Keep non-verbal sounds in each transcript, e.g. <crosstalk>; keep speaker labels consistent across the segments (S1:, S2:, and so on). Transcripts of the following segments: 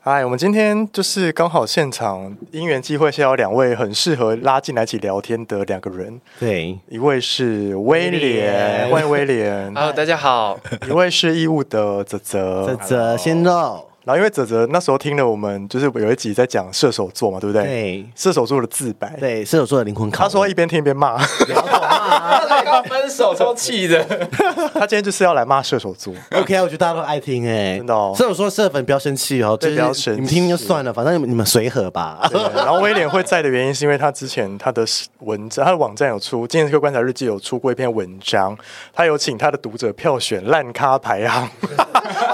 S1: 嗨，我们今天就是刚好现场因缘机会，下有两位很适合拉进来一起聊天的两个人，
S2: 对，
S1: 一位是威廉，
S3: 廉
S1: 欢迎威
S3: <laughs>
S1: 廉
S3: h e 大家好，
S1: 一位是义务的泽泽，
S2: 泽泽鲜肉，
S1: 然后因为泽泽那时候听了我们就是有一集在讲射手座嘛，对不对？
S2: 对
S1: 射手座的自白。
S2: 对，射手座的灵魂拷问。 <laughs>
S1: 他说一边听一边骂，
S3: 他刚分手超气的，
S1: <laughs> 他今天就是要来骂射手
S2: <laughs>
S1: 座。
S2: OK 啊，我觉得大家都爱听哎、
S1: 真的哦
S2: 射手座射粉不要生气哦，就
S1: 对
S2: 是
S1: 不要生气
S2: 你们听听就算了，反正你们你们随和
S1: <laughs>
S2: 吧。
S1: 对然后威廉会在的原因是因为他之前他的文章，他的网站有出《今日科观察日记》有出过一篇文章，他有请他的读者票选烂咖排行， <laughs>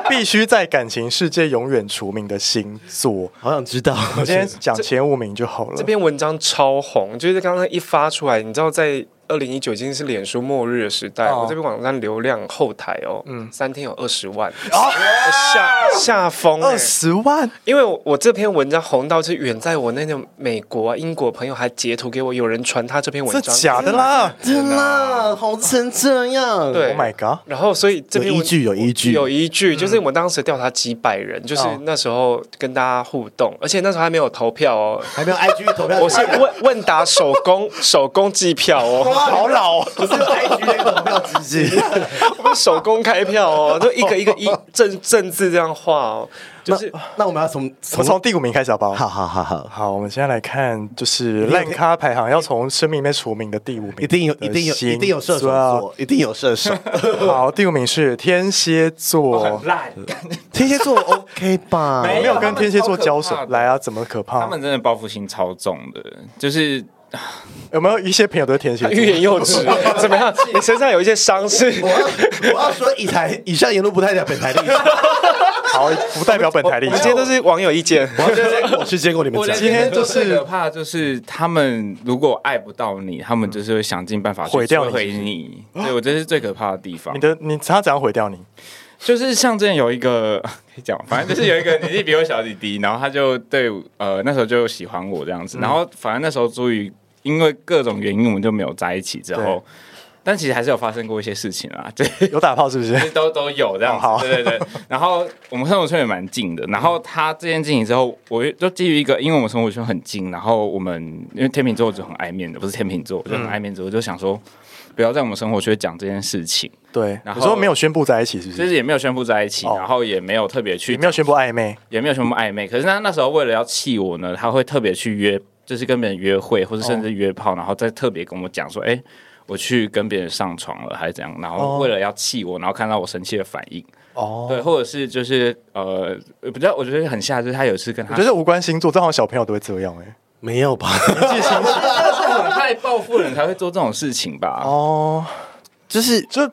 S1: 必须在感情世界永远除名的星座。
S2: 好想知道，
S1: 我今天讲前五名就好了
S3: 这。篇文章超红，就是刚刚一发出来，你知道在二零一九已经是脸书末日的时代，
S1: 哦
S3: 我这篇网站流量后台哦，三天有二十万，我吓吓疯欸
S1: 二十万，
S3: 因为我我这篇文章红到是远在我那种美国啊、英国朋友还截图给我，有人传他这篇
S1: 这
S3: 文章，
S1: 假的啦
S2: 真的红成这样，
S3: 对
S1: ！Oh my god！
S3: 然后，所以这篇
S2: 有依
S3: 文
S2: 据有依据
S3: 有依据，就是我当时调查几百人，就是
S1: 哦
S3: 那时候跟大家互动，而且那时候还没有投票哦，
S2: 还没有 IG 投票，
S3: 我是问问答手 <laughs> 工手工计票哦，
S1: 好老哦，
S2: 不是 IG 那个投票机制。
S1: <laughs>
S3: 我们手工开票哦，就一个一个一政政治这样画哦，就是
S2: 那那我们要从
S1: 我们从第五名开始好不好？
S2: 好好好好，
S1: 好，我们现在来看，就是烂咖排行要从生命里面除名的第五名，
S2: 一定有一定有一定有射手座，一定有射手。
S4: <laughs>
S1: 座。好，第五名是天蝎座，
S4: 烂，
S2: 天蝎座 OK 吧？
S1: 我没有跟天蝎座交手
S4: 他们超哎可怕，的
S1: 来啊，怎么可怕
S4: <laughs> 他？们真的报复心超重的，就是
S1: 有没有一些朋友都是天蝎
S3: 欲
S1: 座？
S3: 言又 <laughs> 止，怎么样？你身上有一些伤 <laughs> 是？
S2: 我要说以台以上言论不代表本台立场，
S1: 好，不代表本台立
S3: 我们今天
S1: 场
S3: 都。是网友意见，
S2: 我要先我是先跟你们
S4: 我
S2: 讲，
S1: 今天就是
S4: 最可怕，就是他们如果爱不到你，他们就是会想尽办法去
S1: 毁掉你
S4: 摧毁你。对我这是最可怕的地方
S1: 你，的你他怎样毁掉你？
S4: 就是像之前有一个 <laughs> 可以讲吗，反正就是有一个年纪比我小弟弟，然后他就对呃那时候就喜欢我这
S1: 嗯
S4: 样子，然后反正那时候朱宇因为各种原因我们就没有在一起之
S1: 对
S4: 后。但其实还是有发生过一些事情 <laughs> 啊，对，
S1: 有打炮是
S4: <laughs>
S1: 不是？
S4: 都都有这样
S1: 哦好
S4: 子，对对对。然后我们生活圈也蛮近的，然后他这件事情之后，我就基于一个，因为我们生活圈很近，然后我们因为天秤座就很爱面子，不是天秤座我就很爱面子，我就想说
S1: 嗯
S4: 不要在我们生活圈讲这件事情，
S1: 对，
S4: 然
S1: 你
S4: 后
S1: 说没有宣布在一起是不？
S4: 就是是也没有宣布在一起，
S1: 哦
S4: 然后也没有特别去
S1: 你没有宣布暧昧，
S4: 也没有什么暧昧。可是他那时候为了要气我呢，他会特别去约，就是跟别人约会，或者甚至约炮，然后再特别跟我讲说，哎、我去跟别人上床了，还是怎样？然
S1: 哦
S4: 后为了要气我，然后看到我生气的反应，
S1: 哦
S4: 对，或者是就是呃，比较我觉得很像，就是他有一次跟
S1: 我
S4: 他
S1: 觉得无关星座，正好像小朋友都会这样哎。
S2: 没有吧？
S4: <laughs> 太报复人才会做这种事情吧？
S1: 哦，
S2: 就是
S1: 就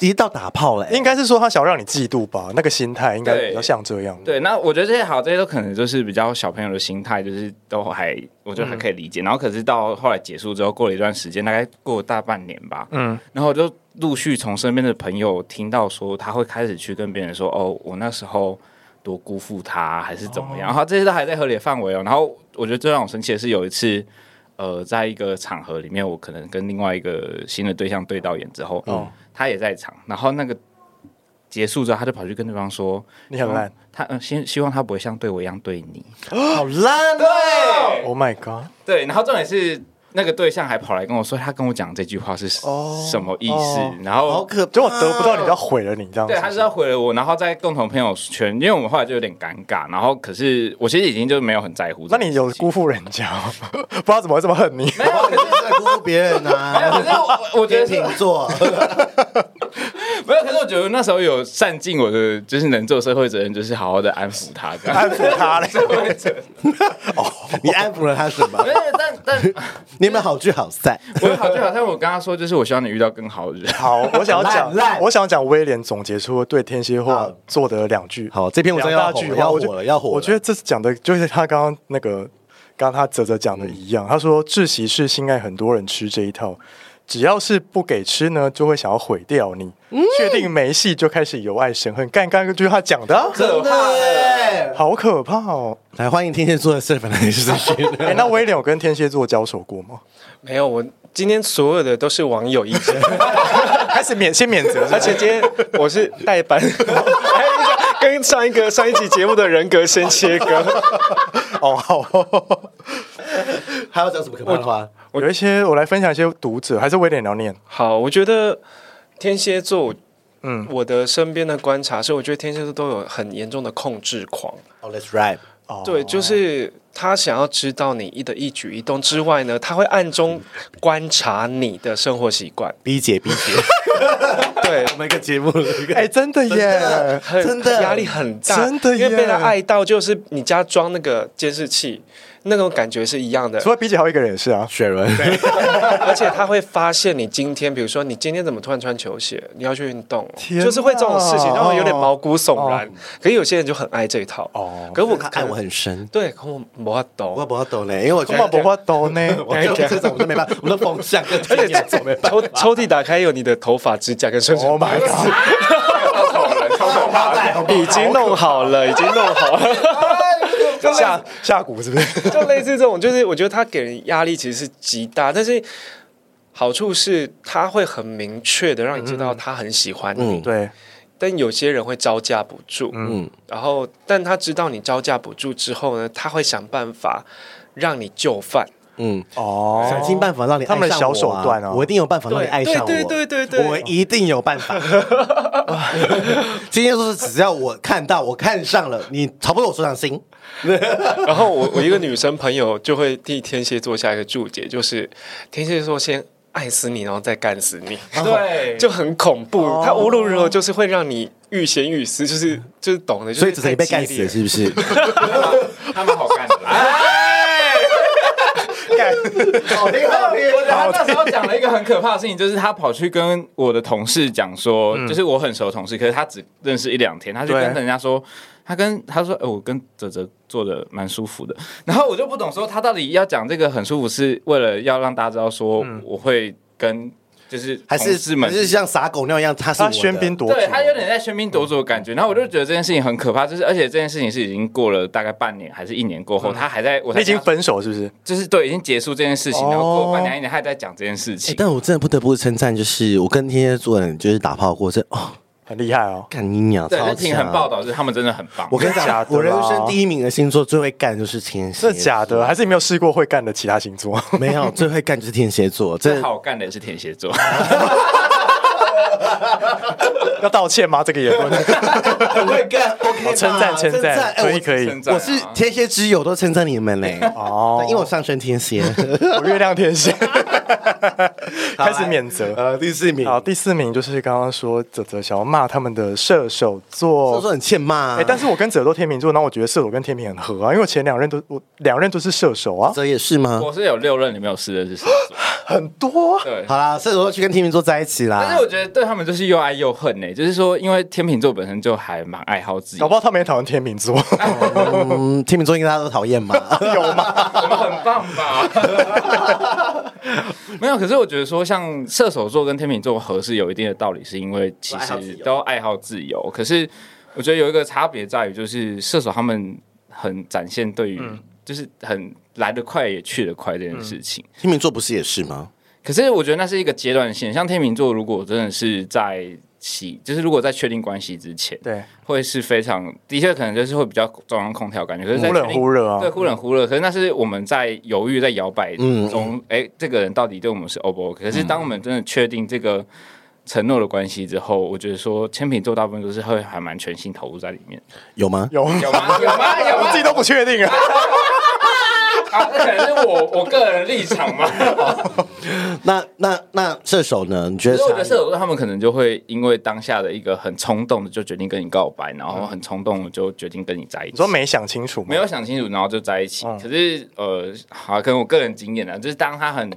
S2: 已经到打炮了欸，
S1: 应该是说他想让你嫉妒吧，那个心态应该
S4: 对
S1: 比较像这样。
S4: 对，那我觉得这些好，这些都可能就是比较小朋友的心态，就是都还我觉得还可以理解。然后可是到后来结束之后，过了一段时间，大概过了大半年吧，
S1: 嗯
S4: 嗯，然后我就陆续从身边的朋友听到说，他会开始去跟别人说，哦，我那时候多辜负他，还是怎么样，然后这些都还在合理的范围哦。然后我觉得最让我生气的是有一次。呃，在一个场合里面，我可能跟另外一个新的对象对到眼之后，
S2: 哦
S4: 他也在场，然后那个结束之后，他就跑去跟对方说：“
S1: 你很烂
S4: 嗯他嗯，希希望他不会像对我一样对你。
S2: 好烂对，
S1: ，Oh my god！
S4: 对，然后重点是那个对象还跑来跟我说，他跟我讲这句话是
S1: 哦
S4: 什么意思，
S1: 哦
S4: 然后
S2: 好可怕，
S1: 结果得不到你，就要毁了你这样子。
S4: 对，他是要回了我，然后在共同朋友圈，因为我们后来就有点尴尬，然后可是我其实已经就没有很在乎这
S1: 那
S4: 件事
S1: 你
S4: 情。
S1: 有辜负人家吗， <laughs> 不知道怎么会这么恨你。
S4: 没有？可是
S2: 在辜负别人
S4: 可
S2: 啊。
S4: 是 <laughs> 我我觉
S2: 天
S4: 得
S2: 秤
S4: 是
S2: 座，
S4: 没有，可是我觉得那时候有善尽我的就是能做社会责任，就是好好的安抚他这样。
S1: 安抚他嘞，
S2: 你安抚了他什么
S4: 没？有，但但 <laughs>
S2: 你们好聚好散，
S4: 我好就好像我跟他说，就是我希望你遇到更好的人。
S1: 好， <laughs> 我想要
S2: 烂烂
S1: 讲，我想讲威廉总结出对天蝎
S2: 好
S1: 座做的两句
S2: 好这篇文章
S1: 两大
S2: 要火
S1: 句
S2: 了
S1: 话，
S2: 要
S1: 我觉
S2: 火了要火了
S1: 我觉得这次讲的就是他刚刚那个，刚刚他泽泽讲的一样，他说窒息是性爱很多人吃这一套。只要是不给吃呢，就会想要毁掉你。
S2: 嗯
S1: 确定没戏就开始由爱生恨，干刚刚就是他讲的
S2: <laughs>
S1: 啊、
S2: 真的耶！
S1: 好可怕
S2: <laughs>
S1: 哦！
S2: 来，欢迎天蝎座的社粉来咨询。
S1: 哎、那威廉有跟天蝎座交手过
S2: <laughs>
S1: 吗？
S3: 没有，我今天所有的都是网友意见，
S1: 开始免先免 <laughs> 责，
S3: <laughs> 而且今天我是代班， <laughs> 跟上一个上一期节目的人格先切割。
S1: 哦好哦，
S2: 还要讲什么可怕的话？
S1: 有一些我来分享一些读者，还是威廉你要念？
S3: <laughs> 好，我觉得天蝎座，
S1: 嗯
S3: 嗯，我的身边的观察是，我觉得天蝎座都有很严重的控制狂。
S2: 哦，Let's rap。
S1: 哦，
S3: 对，就是他想要知道你一的一举一动之外呢，他会暗中观察你的生活习惯。
S2: B 姐，B 姐，
S3: 对，
S2: 我们一个节目，
S1: <laughs> 哎、真的耶！
S3: 很
S2: 真的
S3: 压力很大，
S1: 真的耶
S3: 因为被他爱到，就是你家装那个监视器，那种感觉是一样
S1: <laughs>
S3: 的
S1: 除。了比姐，还有一个人也是啊，
S2: 雪伦，
S3: 而且他会发现你今天，比如说你今天怎么突然穿球鞋，你要去运动哦，
S1: 天哪
S3: 就是会这种事情，让我有点毛骨悚然。可是有些人就很爱这一套，
S1: 哦
S3: 哦，可是我
S2: 他爱我很深。
S3: 对，可我没
S2: 我
S3: 懂。
S2: 不要懂嘞，因为我觉
S1: 根本不
S2: 得
S1: 怕抖 <laughs> 呢。
S2: 我就这种我就没办法，我的风向跟
S3: 而
S2: 天
S3: 且
S2: 蝎座没办
S3: 抽
S2: 法。
S3: 抽屉打开有你的头发、指甲跟生辰
S1: Oh my <laughs> god！
S3: <laughs> 已经弄好了，已经弄好了。
S1: 下下蛊是不是？
S3: <laughs> 就类似这种，就是我觉得他给人压力其实是极大，但是好处是他会很明确的让你知道他很喜欢你，
S2: 嗯
S1: 对，
S3: 但有些人会招架不住，
S2: 嗯
S3: 嗯，然后但他知道你招架不住之后呢，他会想办法让你就范，
S2: 嗯，
S1: 哦，
S2: 想尽
S1: <laughs>
S2: 办法让你爱上我啊
S1: 他们的小手段啊
S2: 我一定有办法让你爱上我，
S3: 对对对对对
S2: 我一定有办法。今天说是只要我看到，我看上了你，差不多我手掌心，
S3: <laughs> 然后我我一个女生朋友就会替天蝎座下一个注解，就是天蝎座先爱死你，然后再干死你，
S4: <laughs> 对
S3: 就很恐怖。他无论如何就是会让你欲仙欲死，就是就是懂的，就是
S2: 所以只能被干
S3: 太
S2: 死
S3: 激烈
S2: 了，是不是？
S4: 他们好干的啦。
S2: 好厉害，好厉
S4: 我他那时候讲了一个很可怕的事情，就是他跑去跟我的同事讲说，
S2: 嗯
S4: 就是我很熟的同事，可是他只认识一两天，他就
S1: 对
S4: 跟人家说，他跟他说，哎、我跟泽泽做的蛮舒服的， <laughs> 然后我就不懂说他到底要讲这个很舒服是为了要让大家知道说我会跟就是
S2: 还
S4: 同
S2: 是
S4: 事
S2: 嗯还
S4: 们
S2: 是像撒狗尿一样，他是我
S1: 他
S2: 的哎
S1: 喧宾夺主，
S4: 对他有点在喧宾夺主的感
S2: 嗯
S4: 觉，然后我就觉得这件事情很可怕，就是而且这件事情是已经过了大概半年还是一年过
S2: 嗯
S4: 后，他还在我才
S1: 你已经
S4: 跟他
S1: 分手是不是？
S4: 就是对已经结束这件事情，
S1: 哦
S4: 然后过了半年一年他还在讲这件事
S2: 欸
S4: 情，
S2: 但我真的不得不称赞，就是我跟天蝎座的人就是打炮过，这哦，
S1: 很厉害 <laughs> 哦。
S2: 干你鸟，
S4: 对，
S2: 超
S4: 那挺很
S2: 强
S4: 报。道，就是他们真的很棒。
S2: 我跟你
S1: 真的假
S2: 讲，
S1: 的啦
S2: 我人生第一名的星座最会干就是天蝎，
S1: 是假的，？还是你没有试过会干的其他星 <laughs> 座？
S2: 没有，最会干就是天蝎座，
S1: <laughs>
S4: 最
S2: 这
S4: 好干的也是天蝎座， <laughs>
S1: 要道歉吗？这个言 <laughs> 论
S2: 很会干，OK 吧
S1: 哦称赞称赞，
S2: 哎
S1: 可以
S2: 我
S1: 可以
S4: 称。赞
S2: 我
S4: 啊
S2: 是天蝎之友，都称赞你们嘞。
S1: <laughs> 哦
S2: 对，因为我上升天
S1: <laughs>
S2: 蝎，
S1: 我月亮天蝎开始免责。
S2: 呃，第四名
S1: 好，第四名就是刚刚说泽泽想要骂他们的射手座，
S2: 射手很欠骂啊，
S1: 哎、但是我跟泽都天秤座，那我觉得射手跟天秤很合啊，因为我前两任都我两任都是射手啊，
S2: <laughs> 这也是吗？
S4: 我是有六任里面有四任是射手
S2: <laughs>
S4: 座，
S1: 很多啊、
S4: 对。
S2: 好啦，射手座去跟天秤座在一起
S4: 但
S1: <laughs>
S2: 啦
S4: 是。我觉得对他们就是又爱又恨呢、就是说，因为天秤座本身就还蛮爱好自己
S1: 搞，不好他们也讨厌天秤座，
S2: 嗯，天秤座应该大家都讨厌
S1: <laughs>
S2: 吧？
S1: 有吗？
S4: 我们很棒吧？ <laughs> 没有，可是我觉得说，像射手座跟天秤座合是有一定的道理，是因为其实都爱好自由。可是我觉得有一个差别在于，就是射手他们很展现对于、
S2: 嗯
S4: 就是很来得快也去得快这件事情。
S2: 天秤座不是也是吗？
S4: 可是我觉得那是一个阶段性，像天秤座，如果真的是在起，就是如果在确定关系之前，
S1: 对，
S4: 会是非常的确可能就是会比较中央空调的感觉，可是在
S1: 忽冷
S4: 确定
S1: 忽热啊
S4: 对，，忽冷忽热。可是那是我们在犹豫、在摇摆
S2: 嗯
S4: 中，哎、这个人到底对我们是 O 不 OK？可是
S1: 嗯
S4: 当我们真的确定这个承诺的关系之后，我觉得说天秤座大部分都是会还蛮全心投入在里面。
S2: 有吗？
S1: 有
S4: 有吗？有吗？有
S1: 我
S4: 吗
S1: 自？己都不确定啊。
S4: 啊，这可能是我我个人立场 <laughs> 嘛。
S1: 嗯
S2: 那那那射手呢？你觉
S4: 可
S2: 得
S4: 是
S2: 差异？
S4: 我觉得射手座他们可能就会因为当下的一个很冲动的就决定跟你告白，然后很冲动的就决定跟你在
S1: 嗯
S4: 一
S1: 你
S4: 起
S1: 说。嗯没想清楚吗？
S4: 没有想清楚，然后就在一起。可是呃，好，跟我个人经验啊，就是当他很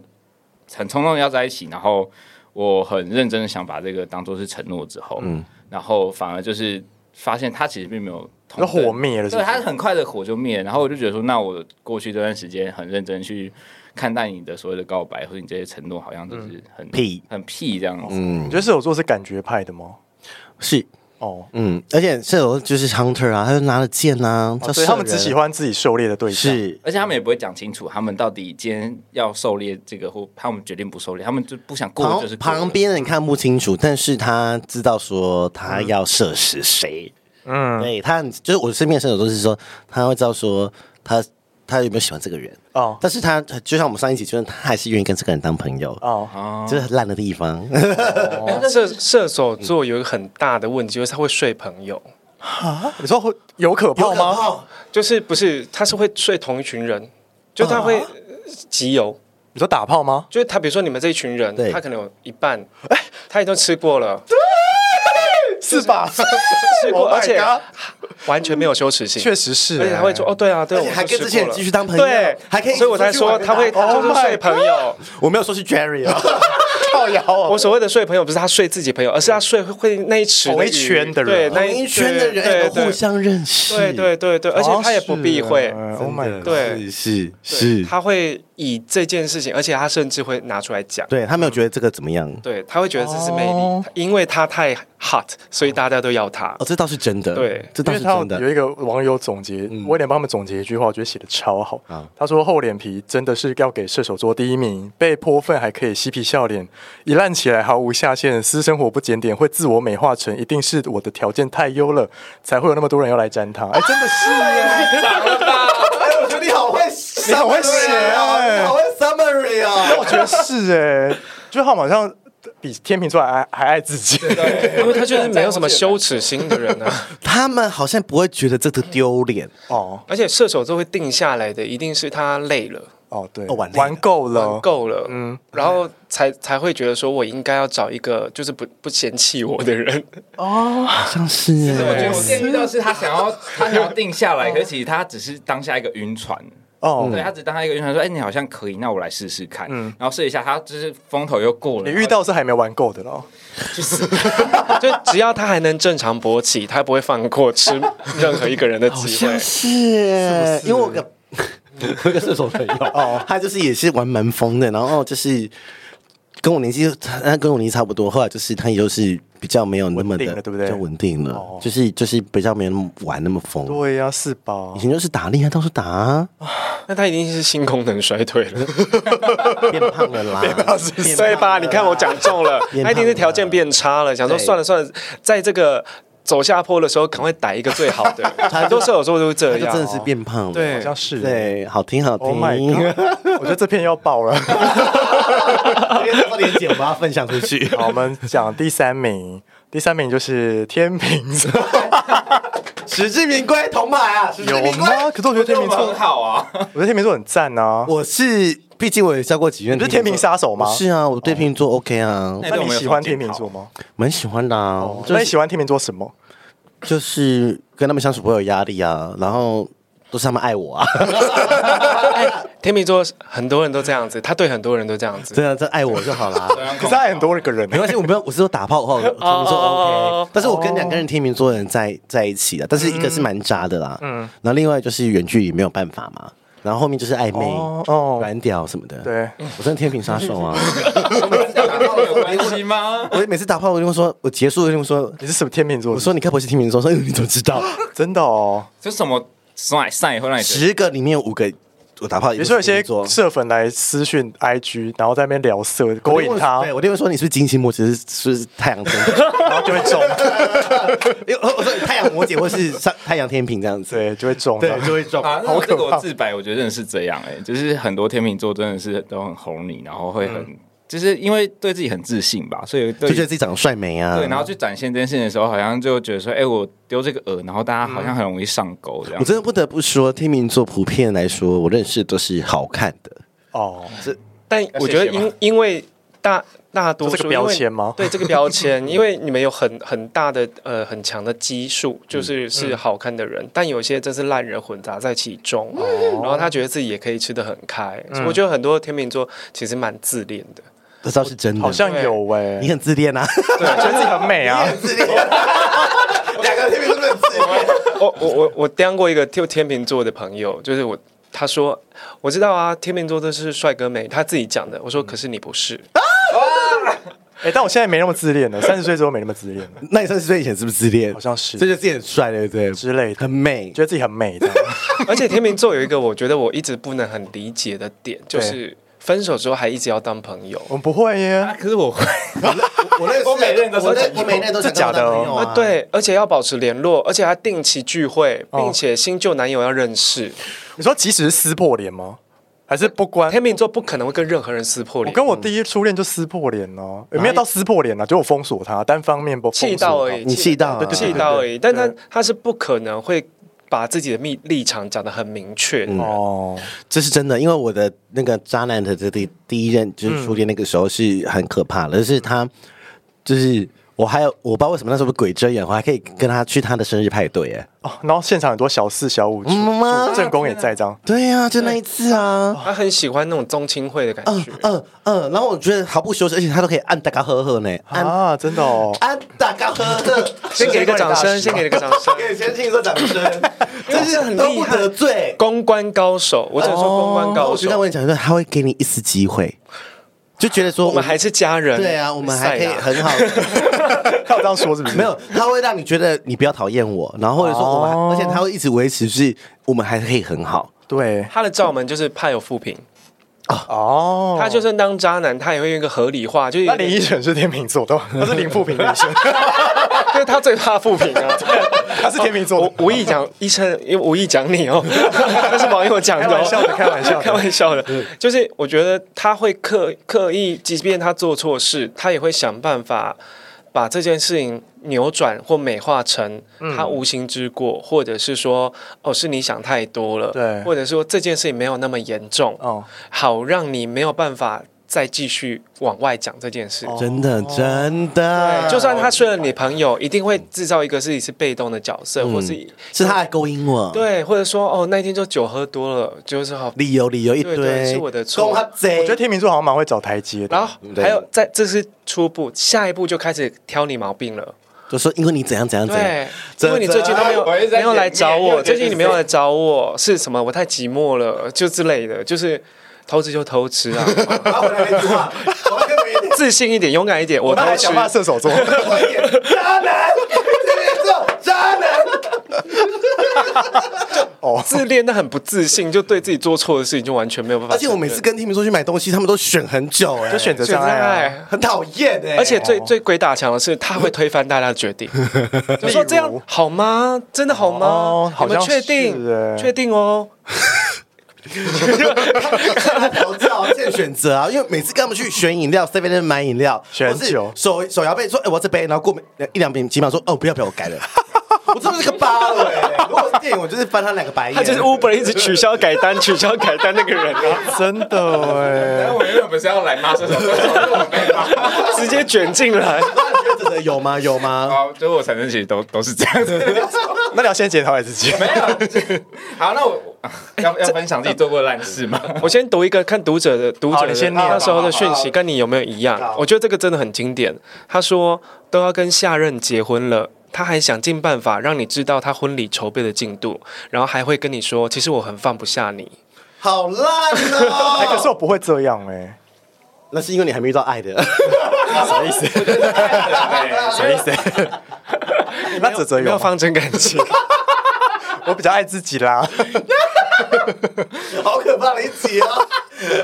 S4: 很冲动要在一起，然后我很认真的想把这个当做是承诺之后，嗯，然后反而就是发现他其实并没有同
S1: 那
S4: 等
S1: 火灭了是不
S4: 对，
S1: 是
S4: 他很快的火就灭了，然后我就觉得说，那我过去这段时间很认真去看待你的所谓的告白或者你这些承诺，好像就是
S1: 嗯
S4: 很
S2: 屁
S4: 很屁这样哦子。
S1: 你觉得射手座是感觉派的吗？
S2: 是，
S1: 哦，
S2: 嗯，而且射手就是 hunter 啊，他就拿了剑啊，叫
S1: 哦所以他们
S2: 射人
S1: 只喜欢自己狩猎的对象。
S2: 是
S4: 而且他们也不会讲清楚，他们到底今天要狩猎这个，或他们决定不狩猎，他们就不想过
S2: 旁
S4: 就是过
S2: 旁边的人看不清楚，但是他知道说他要射死谁。嗯，对他就是我身边的射手都是说他会知道说他他有没有喜欢这个人，
S1: 哦
S2: 但是他就像我们上一集，就是他还是愿意跟这个人当朋友，
S1: 哦，
S4: 啊，
S2: 这是很烂的地方。
S3: 射射手座有一个很大的问题，就是他会睡朋友，
S1: 你说会有可怕吗？
S3: 就是不是他是会睡同一群
S2: 啊
S3: 人，就他会集邮，
S1: 你说打炮吗？
S3: 就是他比如说你们这一群人
S2: 对，哎
S3: 他可能有一半，哎他已经吃过了，
S1: 是吧？
S3: 吃过，
S1: Oh my
S3: 而且
S1: God
S3: 完全没有羞耻心，
S1: 确实是，
S3: 而且他会说哦，对啊，对，
S2: 而且还跟这些人继续当朋
S3: 朋
S2: 友，
S3: 对，
S2: 还可以一起
S3: 所以我才
S2: 出去玩哦 Oh
S3: 说他会
S2: 跟大家
S3: 他就是睡朋友。
S2: 我没有说是 Jerry 啊，
S1: 造谣哦
S3: 我所谓的睡朋友不是他睡自己朋友，而是他睡会那一池的
S1: 同一
S3: 鱼
S1: 圈的人
S3: 对，那
S2: 每一圈的人哎都互相认识，
S3: 对对对对，而且他也不避讳，
S1: 哦是 Oh my god！
S3: 对
S2: 是
S3: 对
S2: 是，
S3: 他会以这件事情，而且他甚至会拿出来讲，
S2: 对他没有觉得这个怎么样。
S3: 对，他会觉得这是魅
S2: 哦
S3: 力，因为他太 hot，所以大家都要他
S2: 哦，。这倒是真的，
S3: 对
S2: 这
S1: 因
S2: 倒
S1: 为
S2: 是
S1: 他
S2: 真
S1: 有有
S2: 的。
S1: 一个网友总结，我有点帮他们总结一句话，我觉得写的超好。
S2: 好
S1: 他说厚脸皮真的是要给射手座第一名，被泼粪还可以嬉皮笑脸，一烂起来毫无下限，私生活不检点，会自我美化成一定是我的条件太优了，才会有那么多人要来沾 <laughs> 他。哎，真的是耶！
S2: 哎，我觉得你好会，你
S1: 好会写啊
S2: 你好会 summary
S3: <laughs>
S1: 但
S2: 啊。
S1: 我觉得是哎， <laughs> 就他们好像比天秤座还爱还爱自 <laughs> 己。
S3: 因为他就是没有什么羞耻心的人呢、啊，
S1: <laughs>
S2: 他们好像不会觉得这个丢脸，
S1: 哦
S3: 而且射手座会定下来的，一定是他累了、
S1: 哦，对，
S2: 哦玩累了
S1: 玩够了
S3: 玩，够了，
S1: 嗯
S3: 嗯，然后才才会觉得说我应该要找一个就是不不嫌弃我的人，
S2: 好像是
S4: 对我觉得
S2: 哎
S4: 我。建议到是他想要他想要定下来，可是其实他只是当下一个晕船。
S1: 哦，
S2: 嗯
S4: 对他只当他一个晕船说，哎、你好像可以，那我来试试看。然后试一下，他就是风头又过了。
S1: 你遇到是还没玩够的咯。
S3: 就只要他还能正常勃起，他不会放过吃任何一个人的
S2: 好
S3: 机会
S2: 像。是耶，因为我
S1: <laughs>
S2: 有个我有个射手朋友， <laughs> 哦，他就是也是玩蛮疯的，然后就是跟我年纪，他跟我年纪差不多，后来就是他也就是比较没有那么
S1: 稳定
S2: 的，
S1: 了对不对哦
S2: 就稳定了，就是就是比较没有那么玩那么疯。
S1: 对啊呀、是吧
S2: 以？前就是打猎啊，到处
S1: <laughs>
S2: 打啊，
S3: 那他一定是性功能衰退了，
S2: 变胖了啦，变
S3: 对吧？
S2: 胖了啦
S3: 你看我讲中了，
S2: 变胖了
S3: 他一定是条件变差了，想说
S2: 对
S3: 算了算了，在这个走下坡的时候，赶快逮一个最好的。很多射手座都是
S2: 他
S3: 这
S2: 就
S3: 样哦
S2: 真的，是变胖了。
S1: 好
S3: 对
S1: 像是。
S2: 对，好听好听。
S1: Oh my
S2: <laughs>
S1: god！我觉 <laughs> 得这片要爆
S3: <laughs>
S1: 了。
S2: 快点剪，我把它分享出去。
S1: 好，我们讲第三名，第三名就是天秤座，
S2: <laughs> <laughs> 实至名归，铜牌啊！实至
S1: 有
S2: 名归。
S1: 吗？可是我觉得天秤座
S4: 很，好啊，
S1: 我觉得天秤座很赞啊。
S2: <laughs> 我是，毕竟我也交过几任。
S1: 你不是天秤杀手吗哦
S2: 是啊，我对天秤座 OK 啊，
S1: 那你喜欢天秤座吗？
S2: 蛮喜欢的啊。
S1: 那
S2: 就是
S1: 哦你喜欢天秤座什么？
S2: 就是跟他们相处不会有压力啊，然后都是他们爱
S1: <laughs>
S2: 我啊，
S3: 哎天秤座很多人都这样子，他对很多人都这样子。
S2: 对啊，这爱我就好
S1: <laughs>
S2: 啦。
S1: 可是爱很多个人
S2: 没
S1: 欸，
S2: 关系，我没有，我是说打炮后，
S1: 哦
S2: 天秤座 OK，但是我跟两个人天秤座的人在在一起的，啊但是一个是蛮渣的啦，嗯，然后另外就是远距离没有办法嘛，然后后面就是暧
S1: 哦
S2: 昧、
S1: 哦
S2: 软屌什么的，，
S1: 对，
S2: 我真的天秤杀
S1: <laughs>
S2: 手啊！
S4: 有关
S2: <laughs>
S4: 系吗？
S2: 我每次打炮，我就会说，我结束我就会说，
S1: 你是什么天秤座？
S2: 我说你该不会是天秤座？说哎你怎么知道？
S1: 真的哦。
S4: 就什么晒晒会让你觉得
S2: 十个里面有五个我打炮，
S1: 比如说有些
S2: 座。
S1: 社粉来私讯 IG，然后在那边聊色，勾引他
S2: 对，我就会说你是不是金星摩羯，是是太阳天秤，
S1: 然后就会中，
S2: 因为我我说你太阳摩羯或是上太阳天平这样子，
S1: 对，就会中。
S2: 对，就会中。
S4: 啊，
S1: 好
S4: 那
S1: 可
S4: 这个
S1: 怕
S4: 我自白，我觉得真的是这样哎、就是很多天秤座真的是都很哄你，然后会很、就是因为对自己很自信吧，所以对
S2: 就觉得自己长得帅美啊。
S4: 对，然后去展现这件事情的时候，好像就觉得说，哎、我丢这个饵，然后大家好像很容易上钩这样
S2: 我。真的不得不说，天秤座普遍来说，我认识的都是好看的。
S1: 哦，
S3: 但我觉得
S4: 谢谢
S3: 因
S4: 吧
S3: 因为大大多数
S1: 这个标签吗
S3: 因 <laughs> 为对这个标
S1: <laughs>
S3: 签，因为你们有很很大的呃很强的基数，
S1: 嗯
S3: 就是是好看的人，但有些真是烂人混杂在其中，
S1: 哦
S3: 然后他觉得自己也可以吃得很开，
S1: 嗯
S3: 所以我觉得很多天秤座其实蛮自恋的， <laughs>
S2: 这倒是真的。
S1: 好像有哎，
S2: 你很自恋啊，
S1: 对，觉得自己很美啊。
S2: 两个天秤座都很自恋。
S3: 我我我我当过一个天天秤座的朋友，就是我他说：“我知道啊，天秤座都是帅哥美。”他自己讲的。我说：“
S1: 嗯
S3: 可是你不是。
S1: <laughs> 哎、但我现在没那么自恋了，三十岁之后没那么自恋了，
S2: 那你三十岁以前是不是自恋？
S1: 好像是
S2: 这就自己很帅，对不对？
S1: 之类的
S2: 很美
S1: 觉。得自己很美这样。
S3: <laughs> 而且天秤座有一个我觉得我一直不能很理解的点，就是分手之后还一直要当朋友。
S1: 我们不会
S4: 啊，
S1: 耶，
S4: 可是我会，
S2: 我那我每任都我那我每任都想
S1: 真假的哦
S2: 当朋友啊，
S3: 对，而且要保持联络，而且还定期聚会，并且新旧男友要认识。
S1: 你说即使是撕破脸吗？还是不关？
S3: 天秤座不可能会跟任何人撕破
S1: 我
S3: 脸，
S1: 跟我第一初恋就撕破脸了，也没有到撕破脸了，啊就我封锁他，单方面不封锁
S3: 气到
S1: 他
S3: 而已，
S2: 你气到啊
S3: 气到而已。但他他是不可能会把自己的立立场讲得很明确
S2: 嗯
S3: 的。
S1: 哦，
S2: 这是真的，因为我的那个渣男的这第第一任就是初恋，那个时候是很可怕的，就是他就是我还有我不知道为什么那时候鬼遮眼，我还可以跟他去他的生日派对，哎，
S1: 哦，然后现场很多小四小五，
S2: 嗯妈
S3: 啊
S1: 主正宫也在这样。
S2: 对呀、就那一次啊。
S3: 他很喜欢那种宗亲会的感
S2: 嗯
S3: 觉。
S2: 嗯嗯，然后我觉得毫不羞耻，而且他都可以按大家呵呵呢，按
S1: 啊，真的哦，
S2: 按大家呵呵，
S3: 先给一个
S2: <laughs>
S3: 掌声，
S2: 啊
S3: 先给一个掌声。
S2: 给先听说掌声，真是很都不得罪。
S3: 公关高手，我只能说
S2: 哦
S3: 公关
S2: 然后
S3: 高
S2: 我就
S3: 手
S2: 跟。我讲说，他会给你一次机会，就觉得说
S3: 我们还是家人。
S2: 对啊，我们还可以
S3: 塞啊
S2: 很好。
S1: 他有这样说是不是？
S2: 没有，他会让你觉得你不要讨厌我，然后或者说我们还，
S1: 哦
S2: 而且他会一直维持是，我们还可以很好。
S1: 对
S3: 他的罩门就是怕有负评，
S1: 哦，
S3: 他就算当渣男，他也会用一个合理化，就是
S1: 那林依晨是天秤座的吗，他是林富平女
S3: <laughs>
S1: 生，
S3: 就是他最怕负评啊。
S1: 他是天秤座
S3: 哦我
S1: 的。
S3: 无意讲医生，因为无意讲你哦，那是网友讲的、哦，
S1: 开玩笑的开玩笑的
S3: 开玩笑的。就是我觉得他会刻刻意，即便他做错事，他也会想办法把这件事情扭转或美化成他无心之过，或者是说哦是你想太多了，
S1: 对
S3: 或者说这件事情没有那么严重，
S1: 哦，
S3: 好让你没有办法再继续往外讲这件事。
S2: 真的，真的，
S3: 哦对，就算他睡了你朋友，一定会制造一个自己是被动的角色，或是
S2: 嗯是他来勾引我，，
S3: 对，或者说哦，那一天就酒喝多了，就是好。
S2: 理由理由一
S3: 对对
S2: 堆，
S3: 是我的错
S2: 公他贼，
S1: 我觉得天秤座好像蛮会找台阶的。
S3: 然后
S2: 嗯
S3: 还有在这是初步，下一步就开始挑你毛病了。
S2: 就说因为你怎样怎样怎样
S3: 对，，因为你最近都没有
S4: 我一直在
S3: 没有来
S4: 演
S3: 找
S4: 因为
S3: 我，
S4: 我觉
S3: 最
S4: 得
S3: 近你没有来找我是什么？我太寂寞了，就之类的，就是偷吃就偷吃啊，
S2: 然后我来一句话，我要跟别人
S3: 自信一点，勇敢一点，我
S1: 我
S3: 偷
S1: 们还
S3: 吃
S1: 想。骂射手座，
S2: 快一点，渣男，这个叫渣男，
S3: 自恋但很不自信，就对自己做错的事情就完全没有办法
S2: 而
S3: 承
S2: 且
S3: 认。
S2: 我每次跟天秤座去买东西，他们都选很久，哎，
S1: 就选择
S3: 选
S1: 障
S3: 障
S1: 碍啊。
S3: 碍。
S2: 很讨厌哎，
S3: 而且最最鬼打墙的是，他会推翻大家的决 <laughs> 定，就说这样好吗？真的好吗？
S1: 哦好
S3: 你们
S1: 像是
S3: 确
S1: 欸
S3: 定？确定哦。
S2: 调教这选择啊，因为每次跟他们去选饮 <laughs> 料，seven 买饮料，
S1: 选
S2: 或是
S1: 酒
S2: 手手摇杯说，哎、我要这杯，然后过一两瓶几秒说，哦，不要不要，我 <laughs> 改了。我真的是个八了、欸，如果是电影，我就是翻他两个白眼。
S3: 他就是 Uber 一直取消改 <laughs> 单、取消改单那个人啊，
S1: <laughs> 真的哎，
S4: 我原本不是要来骂射手座，是我被骂。
S3: <laughs> 直接卷进来。
S2: 你觉得有吗？有吗？
S4: 好，就是我承认，其实都都是这样子。
S1: 那你要先检讨你自己。
S4: 没有，好，那我要要分享自己做过的烂事吗？
S3: 我先读一个，看读者的读者
S1: 好
S3: 的
S1: 你先念
S3: 那时候的讯
S4: 好好
S3: 息跟你有没有一样？我觉得这个真的很经典。他说都要跟下任结婚了。他还想尽办法让你知道他婚礼筹备的进度，然后还会跟你说：“其实我很放不下你。
S2: 好烂
S1: 哎，可
S2: 哦、
S1: 是我不会这样哎，
S2: <laughs> 那是因为你还没遇到爱的， <laughs>
S1: 什么意思？什么意思？那泽”泽
S3: 没
S1: 有
S3: 有
S1: 吗，
S3: 方针感情， <laughs>
S1: 我比较爱自己啦。
S2: 好可怕的一集啊！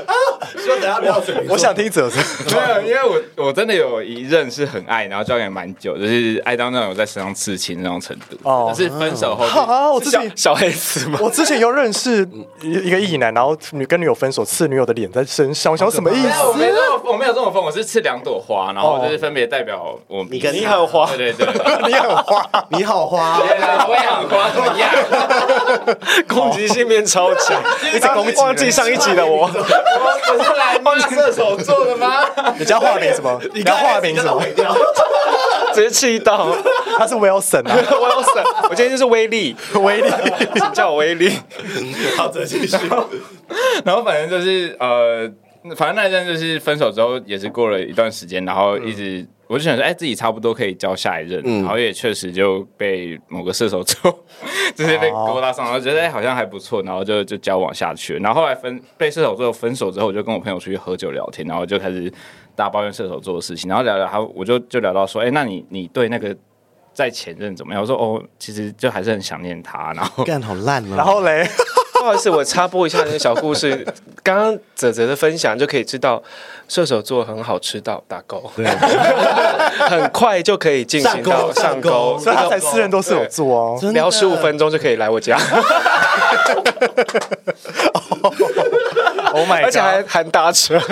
S2: 啊， <laughs> 希望等下不要水瓶座
S1: 我想听泽泽，
S4: 没有，因为我我真的有一任是很爱，然后交往也蛮久，就是爱到那种有在身上刺青那种程度。
S1: 哦
S4: 哦，但是分手后就
S1: 啊，我之前
S3: 小黑子吗？
S1: <laughs> 我之前有认识一一个异男，然后女跟女友分手，刺女友的脸在身上，我想说什么意
S4: 没有，我
S1: 思？
S4: 没这么，我没有这么疯，我是刺两朵花，然后就是分别代表我
S2: 你跟
S4: 你
S2: 你很花
S4: 对对对，
S1: 你很花，
S2: 你好花、
S4: 我也很花，怎么样？
S3: 攻击性变超 <laughs> 强，一直攻击。忘记上一集的我，
S4: 我不是来骂射手座的吗？
S1: 你叫化名什么？ <laughs> 你叫化名什么？
S3: <laughs> 直接气到 <laughs>
S1: 他是 Wilson <laughs> 啊，
S3: 我要死！我今天就是威力，
S1: 威力。
S3: 请叫我威力。
S2: <laughs> 好，再继续。
S4: <laughs> 然后反正就是呃，反正那一阵就是分手之后也是过了一段时间，然后一直我就想说，哎，自己差不多可以教下一任，
S2: 嗯
S4: 然后也确实就被某个射手座 <laughs> 就是被勾搭上，然后觉得哎好像还不错，然后就就交往下去。然后后来分被射手座分手之后，我就跟我朋友出去喝酒聊天，然后就开始大抱怨射手座的事情，然后聊聊他，我就就聊到说，哎，那你你对那个在前任怎么样？我说哦，其实就还是很想念他，然后
S2: 干好烂哦。
S1: 然后嘞，
S3: 不好意思，我插播一下那个小故事。刚刚泽泽的分享就可以知道，射手座很好吃到打勾，
S2: 对，
S3: <laughs> 很快就可以进行到
S2: 上
S3: 上
S2: 钩
S3: 钩，
S1: 所以他才私人都是有做哦。
S2: 真的
S3: 聊十五分钟就可以来我家，
S1: Oh my
S3: 而且还
S1: god！
S3: 含搭车。 <laughs>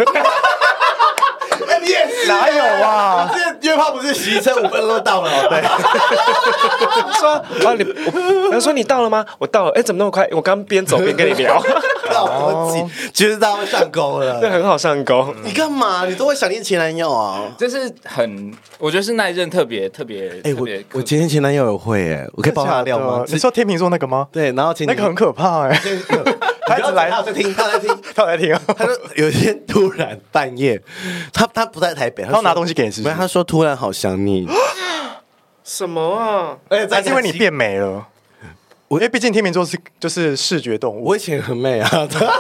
S2: 哎你也 <laughs> 是
S1: 哪有啊？
S2: 这约炮不是骑车五分钟就到了？ <laughs> 对，
S3: 说啊你，我他说你到了吗？我到了，哎，怎么那么快？我刚边走边跟你 <laughs> 聊，
S2: 老多急，觉得他会上钩
S3: 这
S2: 了。
S3: 很好上钩。
S2: 哦 <laughs> 你干嘛？你都会想念前男友啊？
S4: 就是很，我觉得是那一任特别特别，
S2: 哎，
S4: 特
S2: 我
S4: 别
S2: 我前天前男友有会哎，我可以爆他料吗
S1: 真的假的？你说天秤座那个吗？
S2: 对，然后前
S1: 那
S2: <laughs>
S1: 个很可怕哎，
S2: 他
S1: 他
S2: 一
S1: 一
S2: 直
S1: 直
S2: 来，
S1: 来
S2: 他有在听，他有在听。
S1: <laughs> 他来听哦。
S2: 他说有一天突然半夜，他他不在台北，他
S1: 他要
S2: 说
S1: 拿东西给你吃
S2: 不，是，他说突然好想你， <gasps>
S3: 什么啊？
S2: 而且
S1: 还是因为你变美了？因为毕竟天秤座是就是视觉动
S2: <laughs>
S1: 物。
S2: 我以前很美啊，他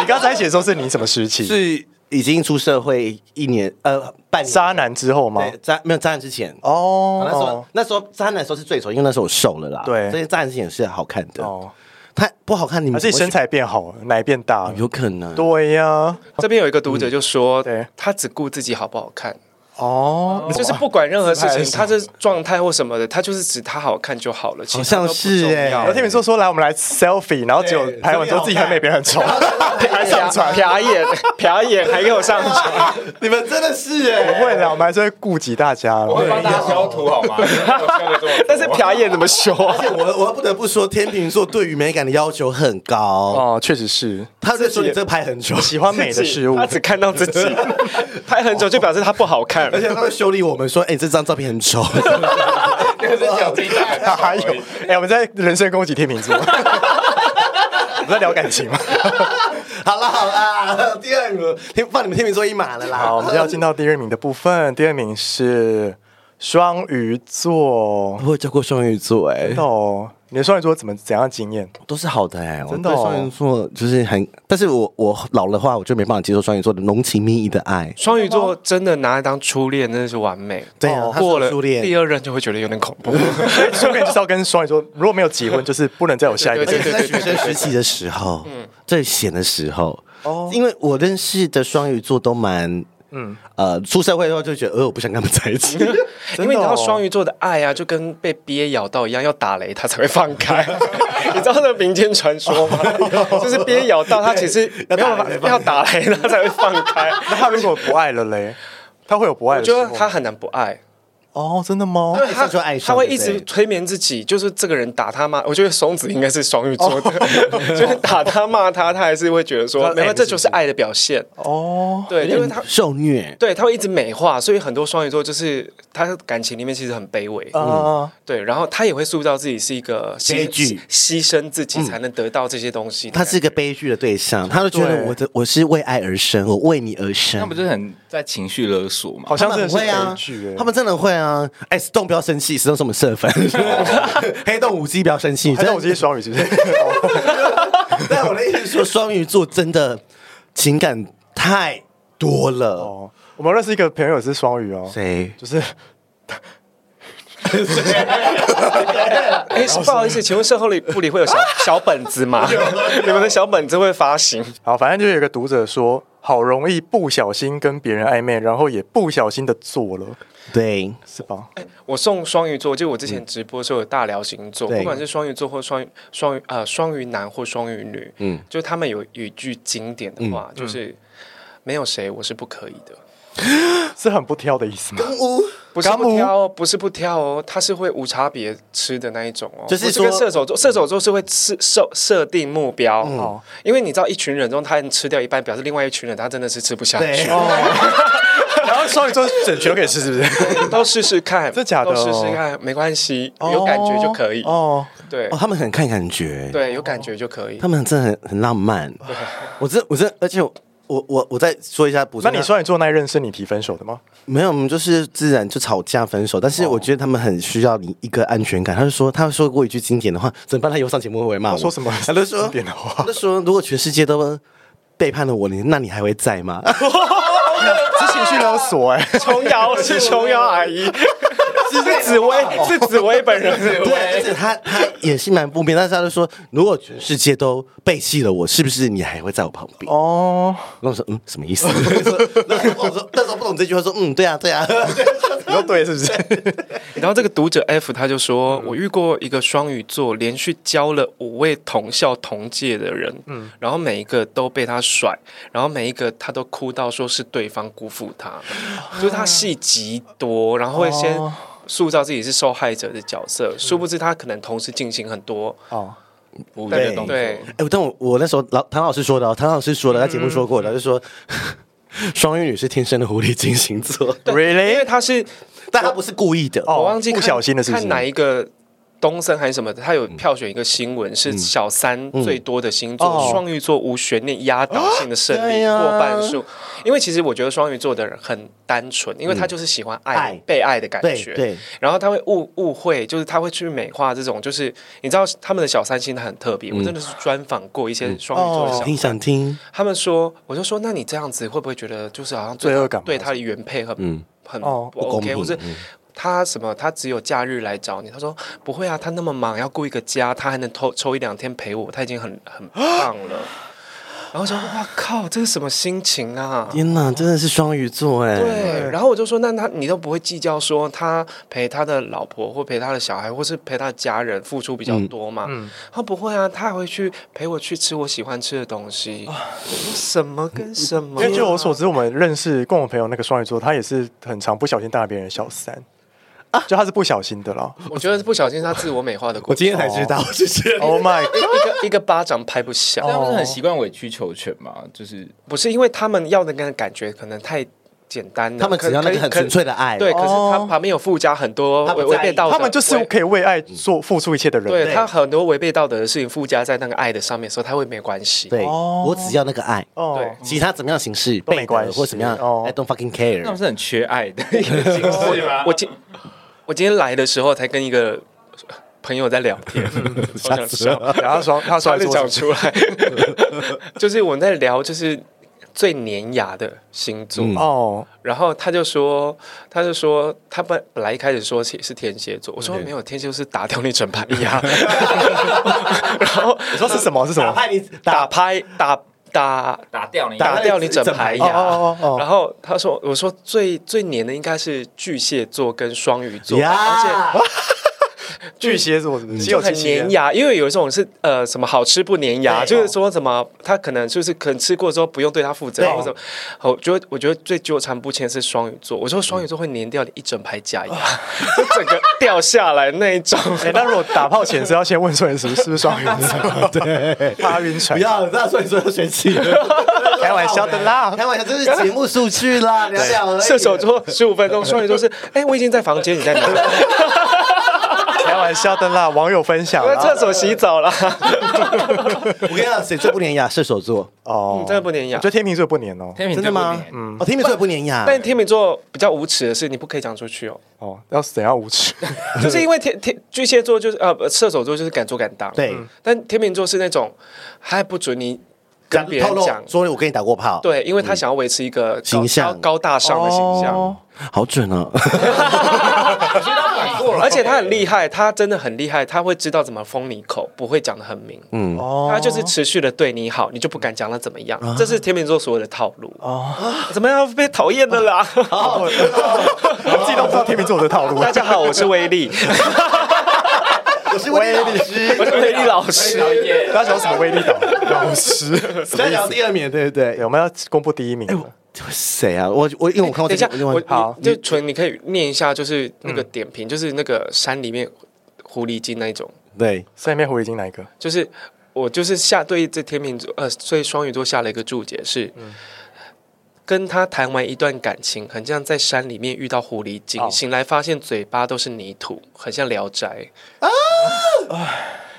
S1: 你刚才写的时候是你什么时期？
S2: 是已经出社会一年呃半年，
S1: 渣男之后吗？
S2: 对渣没有渣男之前。那时候
S1: 哦，
S2: 那时候渣男的时候是最丑，因为那时候我瘦了啦。
S1: 对
S2: 所以渣男之前是好看的。
S1: 哦，
S2: 他不好看，你
S1: 还
S2: 们
S1: 是你身材变好了，奶变大
S2: 怎么
S1: 了
S2: 会有可能。
S1: 对呀，
S3: 这边有一个读者就说，
S1: 对
S3: 他只顾自己好不好看，
S1: 哦，
S3: 就是不管任何事
S1: 自拍
S3: 情，
S1: 是
S3: 他这状态或什么的，他就是指他好看就好了，其他都不
S2: 像是
S3: 重
S2: 欸
S3: 要。
S1: 然后天秤座说来，我们来 selfie，然后结果拍完之后自己很美，别人很丑，还上传。
S3: 瞟眼，瞟眼还给我上传，
S2: 你们真的是
S1: 不
S2: 哎，
S1: 会啦，我们还是会顾及大家
S4: 我会
S1: 啦。
S4: 帮大家修图好吗？
S3: 但是瞟眼怎么修啊？
S2: 而且我我不得不说，天秤座对于美感的要求很高。
S1: 哦，确实是
S2: 他在说你这拍很丑，
S1: 喜欢美的事物
S3: 他。只看到自己，拍很久就表示他不好看
S2: 而。且他会修理我们说，哎，这张照片很 <laughs> 丑。
S4: 就是小鸡蛋
S1: 还有，哎、我们在人身攻击天秤座，我们在聊感情吗？
S2: 好啦好啦，第二名天放你们天秤座一马了啦。
S1: 好，我们就要进到第二名的部分。第二名是双鱼座。
S2: 我有教过双鱼座哎、
S1: 真的哦，你的双鱼座怎么怎样经验？
S2: 都是好的哎、我
S1: 真的
S2: 对
S1: 哦
S2: 双鱼座就是很，但是我我老的话，我就没办法接受双鱼座的浓情蜜意的爱。
S3: 双鱼座真的拿来当初恋，真的是完美。
S2: 对啊
S3: 哦
S2: 他是
S3: 过了
S2: 初恋
S3: 第二任就会觉得有点恐怖。
S1: 所以初恋就是要跟双鱼座，如果没有结婚，就是不能再有下一个
S3: 对
S1: 结
S3: 对
S1: 婚。
S3: 对
S2: 在学生时期的时候，最闲的时候，因为我认识的双鱼座都蛮，嗯呃，出社会的话就觉得，呃，我不想跟他们在一起。
S3: <laughs> 因为
S1: 真
S3: 你知
S1: 的哦
S3: 道双鱼座的爱啊，就跟被鳖咬到一样，要打雷它才会放开。你知道那民间传说吗？就是鳖咬到它，其实没有办法，要打雷它才会放开。
S1: 那他如果不爱了嘞，他会有不爱
S3: 我
S1: 的时
S3: 觉
S1: 候
S3: 得
S1: 吗。
S3: 他很难不爱，
S1: 哦，真的吗？
S3: 因为
S2: 他
S3: 他
S2: 就爱上
S3: 他会
S2: <laughs> 对
S3: 一
S2: 不对
S3: 直催眠自己，就是这个人打他骂。我觉得松子应该是双鱼座的， <laughs> 就是打他骂他，他还是会觉得
S1: 他
S3: 说，没有，这就是爱的表现。
S1: 哦，
S3: 对，因为他
S2: 受虐，
S3: 对他会一直美化，所以很多双鱼座就是他感情里面其实很卑微。
S1: 啊、
S3: 对，然后他也会塑造自己是一个牺
S2: 悲剧
S3: 牺牲自己才能得到这些东西的
S2: 他
S3: 感觉。
S2: 是一个悲剧的对象，他就觉得
S1: 对
S2: 我的我是为爱而生，我为你而生。
S4: 那不就是很在情绪勒索吗？
S1: 好像
S2: 他
S1: 真
S2: 们
S1: 的是
S2: 会啊
S1: 悲剧哎，。
S2: 他们真的会啊！哎，Stone 不要生气，Stone 是我们社粉，黑洞五 G 不要生
S1: <laughs>
S2: 气。
S1: 还
S2: 真
S1: 是
S2: 的
S1: 我这些双鱼是不是？
S2: 但我的意思是说，双鱼座真的情感太多了。
S1: 哦，我们认识一个朋友是双鱼哦，
S2: 谁？
S1: 就是
S3: 哎，不好意思，请问售后里部里会有小小本子吗？
S2: <laughs>
S3: 你们的小本子会发行？
S1: 好，反正就有一个读者说，好容易不小心跟别人暧昧，然后也不小心的做了，
S2: 对，
S1: 是吧？
S3: 我送双鱼座，就我之前直播的时候有大聊星座，
S2: 对
S3: 不管是双鱼座或双鱼双鱼呃双鱼男或双鱼女，
S2: 嗯
S3: 嗯，就他们有有一句经典的话，就是没有谁我是不可以的。
S1: 是很不挑的意思吗？
S3: 不是
S1: 干
S3: 不
S1: 物
S3: 挑哦，不是不挑哦，他是会无差别吃的那一种哦。
S2: 就是
S3: 不跟
S2: 说
S3: 射手座，射手座是会设设设定目标哦，因为你知道一群人中，他吃掉一半，表示另外一群人他真的是吃不下
S2: 对
S3: 去，
S1: 然后双鱼座整全都可以试，是不
S3: <laughs>
S1: 是？
S3: 都试试看，
S1: 真假的哦
S3: 都试试看，没关系，有感觉就可以。
S1: 哦，
S3: 对
S2: 哦，他们很看感觉，
S3: <laughs> 对，有感觉就可以
S2: 他。们真的很很浪漫。我真我真，而且我我我我再说一下补
S1: 那
S2: 充一下。
S1: 你双鱼座那一任是你提分手的吗？
S2: 没有，我们就是自然就吵架分手。但是
S1: 哦
S2: 我觉得他们很需要你一个安全感。他就说，他说过一句经典的话，怎么办？他以后上节目会不会骂
S1: 啊
S2: 我？
S1: <laughs> 他说什么
S2: <laughs> 他就说
S1: 经典的话 <laughs>
S2: 他就说如果全世界都背叛了我，你那你还会在吗？
S1: 是情绪勒索哎、
S3: 琼瑶是琼瑶阿姨，是紫薇，是紫薇本人。
S2: 对， <laughs> 而且他他也是蛮不便，但是他就说，如果全世界都背弃了我，是不是你还会在我旁
S1: <laughs>
S2: 边？
S1: 哦，
S2: <laughs> 那我说，嗯，什么意思？那时候我说，那时候不懂这句话，说，嗯，对啊，对啊。
S1: 你说对是不是？
S3: 然后这个读者 F 他就说，我遇过一个双鱼座连续交了五位同校同届的人，嗯，然后每一个都被他甩，然后每一个他都哭到说是对方辜负他，就是他戏极多，然后会先
S1: 哦
S3: 塑造自己是受害者的角色，殊不知他可能同时进行很多
S1: 哦，
S4: 不
S3: 对
S4: 对动作
S3: 对，
S2: <laughs> 哎、但我我那时候老唐老师说的哦，唐老师说的，他节目说过的，他就说 <laughs> 双鱼女是天生的狐狸精星 <laughs> 座，
S3: 因为他是
S2: 但他不是故意的
S1: 哦
S2: 哦。
S3: 我忘记看
S1: 不小心的是不是嗯
S3: 看哪一个东森还是什么的，他有票选一个新闻、是小三最多的星座，
S1: 哦
S3: 双、鱼座无悬念压倒性的胜
S2: 对
S3: 利、
S2: 呀
S3: 过半数。因为其实我觉得双鱼座的人很单纯，因为
S1: 嗯
S3: 他就是喜欢爱、
S2: 爱
S3: 被爱的感
S2: 对
S3: 觉。
S2: 对，
S3: 然后他会误误会，就是他会去美化这种，就是你知道他们的小三星很特别，我真的是专访过一些双鱼座的小
S1: 嗯哦
S2: 听想听，
S3: 他们说，我就说，那你这样子会不会觉得就是好像对
S1: 罪恶感吗
S3: 对他的原配很、
S2: 嗯
S3: 很
S1: 哦
S3: 不
S2: 不公
S3: OK，
S2: 平
S3: 或是他什么他只有假日来找你？他说不会啊，他那么忙要顾一个家，他还能抽抽一两天陪我，他已经很很棒了。然后说哇靠，这是什么心情啊？
S2: 天哪，真的是双鱼座哎。
S3: 对，然后我就说，那他你都不会计较说他陪他的老婆或陪他的小孩或是陪他的家人付出比较多嘛？他不会啊，他还会去陪我去吃我喜欢吃的东西。我说什么跟什么、 <laughs>
S1: 因为据我所，知，我们认识共同朋友那个双鱼座，他也是很常不小心大别人的小三就他是不小心的啦。
S3: 我觉得不小心他自我美化的过
S2: 我
S3: 程，
S2: 今天才知道，
S1: <laughs>
S2: 谢谢。
S1: Oh my，god！
S3: 一个一个巴掌拍不响。
S4: 他们是很习惯委曲求全嘛，就是
S3: 不是因为他们要的那个感觉可能太简单了，
S2: 他们只要那个很纯粹的爱，
S3: 可。可对，可是
S1: 哦
S3: 他旁边有附加很多
S2: 他不在意
S3: 违违背道德，
S1: 他们就是
S3: 违
S1: 可以为爱做付出一切的人。
S3: 对他很多违背道德的事情附加在那个爱的上面的时候，他会没关系。
S2: 对，
S1: 哦
S2: 我只要那个爱，
S1: 哦
S3: 对，
S2: 其他怎么样的形式
S1: 都没
S2: 背的
S1: 关系
S2: 或怎么样
S1: 哦
S2: ，I don't fucking
S4: 他
S2: <laughs>
S4: 们
S2: care。
S4: 是很缺爱的一个形式吗？
S3: 我今我今天来的时候才跟一个朋友在聊天，我
S2: <laughs>
S3: 想笑，
S1: 然后双他双
S3: 差
S1: 鱼
S3: 点
S1: 座
S3: 讲
S1: 是
S3: 出来，就是我们在聊就是最粘牙的星座，
S2: 嗯
S1: 哦，
S3: 然后他就说，他就说他本本来一开始说是是天蝎座，我说没有，天蝎座是打掉你整排牙，然后
S1: 你说是什么？是什
S2: 打
S1: 么？
S2: 败你
S3: 打拍打打
S4: 打掉你，
S3: 打掉你整排牙。
S1: 哦哦哦哦
S3: 然后他说：“我说最最黏的应该是巨蟹座跟双鱼座
S2: 呀，
S3: 而
S1: <laughs> 巨蟹座是不是？
S3: 且
S1: 心
S3: 就
S1: 有
S3: 很
S1: 戚戚
S3: 黏牙，因为有一种是呃什么好吃不黏牙，
S2: 对
S3: 就是说什么他可能就是可能吃过之后不用对他负责
S1: 对
S3: 或者什么。好我觉得我觉得最纠缠不清的是双鱼座，我说双鱼座会黏掉你一整
S1: <laughs>
S3: 排假牙，就整个掉下来那一种。
S1: 哎，那如果打炮前是要先问说你是不是是不是双鱼座？ <laughs> 对，怕晕船
S2: 不，要，这样说你说要生 <laughs> 气了，
S1: 开玩笑的啦。
S2: <laughs> 开玩笑，这是节目数据啦，聊聊而已。
S3: 射手座十五分钟，双鱼座是哎、我已经在房间，你在哪？
S1: 开玩笑的啦，网友分享
S3: 我在厕
S1: 啦。
S3: 所洗
S1: <laughs>
S3: 澡啦。
S2: 我跟你讲，谁最不粘牙？射手座，
S1: 哦
S3: 嗯，真的不粘牙
S1: 我觉得天秤座不粘哦。
S4: 天秤
S2: 真
S4: 座
S2: 的
S4: 不
S2: 吗
S4: 黏？
S2: 嗯，哦，天秤座也不粘牙，
S3: 但天秤座比较无耻的是，你不可以讲出去哦，
S1: 哦，要怎样无耻？ <laughs>
S2: <laughs>
S3: 就是因为天天巨蟹座就是呃不射手座就是敢做敢当，嗯
S2: 对，
S3: 但天秤座是那种还不准你跟别
S2: 透
S3: 人
S2: 露
S3: 讲，
S2: 说我跟你打过炮，，
S3: 对，因为他想要维持一个高
S2: 形象
S3: 高高大上的形象。
S1: 哦
S2: 好准哦。
S3: 哦而且他很厉害，他真的很厉害，他会知道怎么封你口，不会讲的很明。
S2: 嗯
S1: 哦
S3: 他就是持续的对你好，你就不敢讲他怎么
S2: 啊
S3: 样。这是天秤座所有的套路。
S2: 哦
S3: 怎么样被讨厌的啦？
S1: 我自己都不知道天秤座的套路。
S3: 大家 <laughs> 好，我是威力，
S2: 我是威利
S3: 我
S2: 师，
S3: 是威力老师。
S1: <laughs> 大家想什么威力哦导 <laughs> 老师？ <laughs>
S2: 再聊第二名，对不
S1: 对，
S2: 对？
S1: 我们要公布第一名了。
S2: 谁啊？我我因为我嗯看过这
S3: 等一下
S2: 个，，另外
S3: 我
S1: 好
S3: 你就纯你可以念一下，就是那个点评，就是那个山里面狐狸精那一种，
S2: 对，
S1: 三面狐狸精哪一个？
S3: 就是我就是下对这天秤座呃，所以双鱼座下了一个注解是。
S2: 嗯
S3: 跟他谈完一段感情，很像在山里面遇到狐狸精，
S1: 哦
S2: 啊
S3: 醒来发现嘴巴都是泥土，很像《聊斋》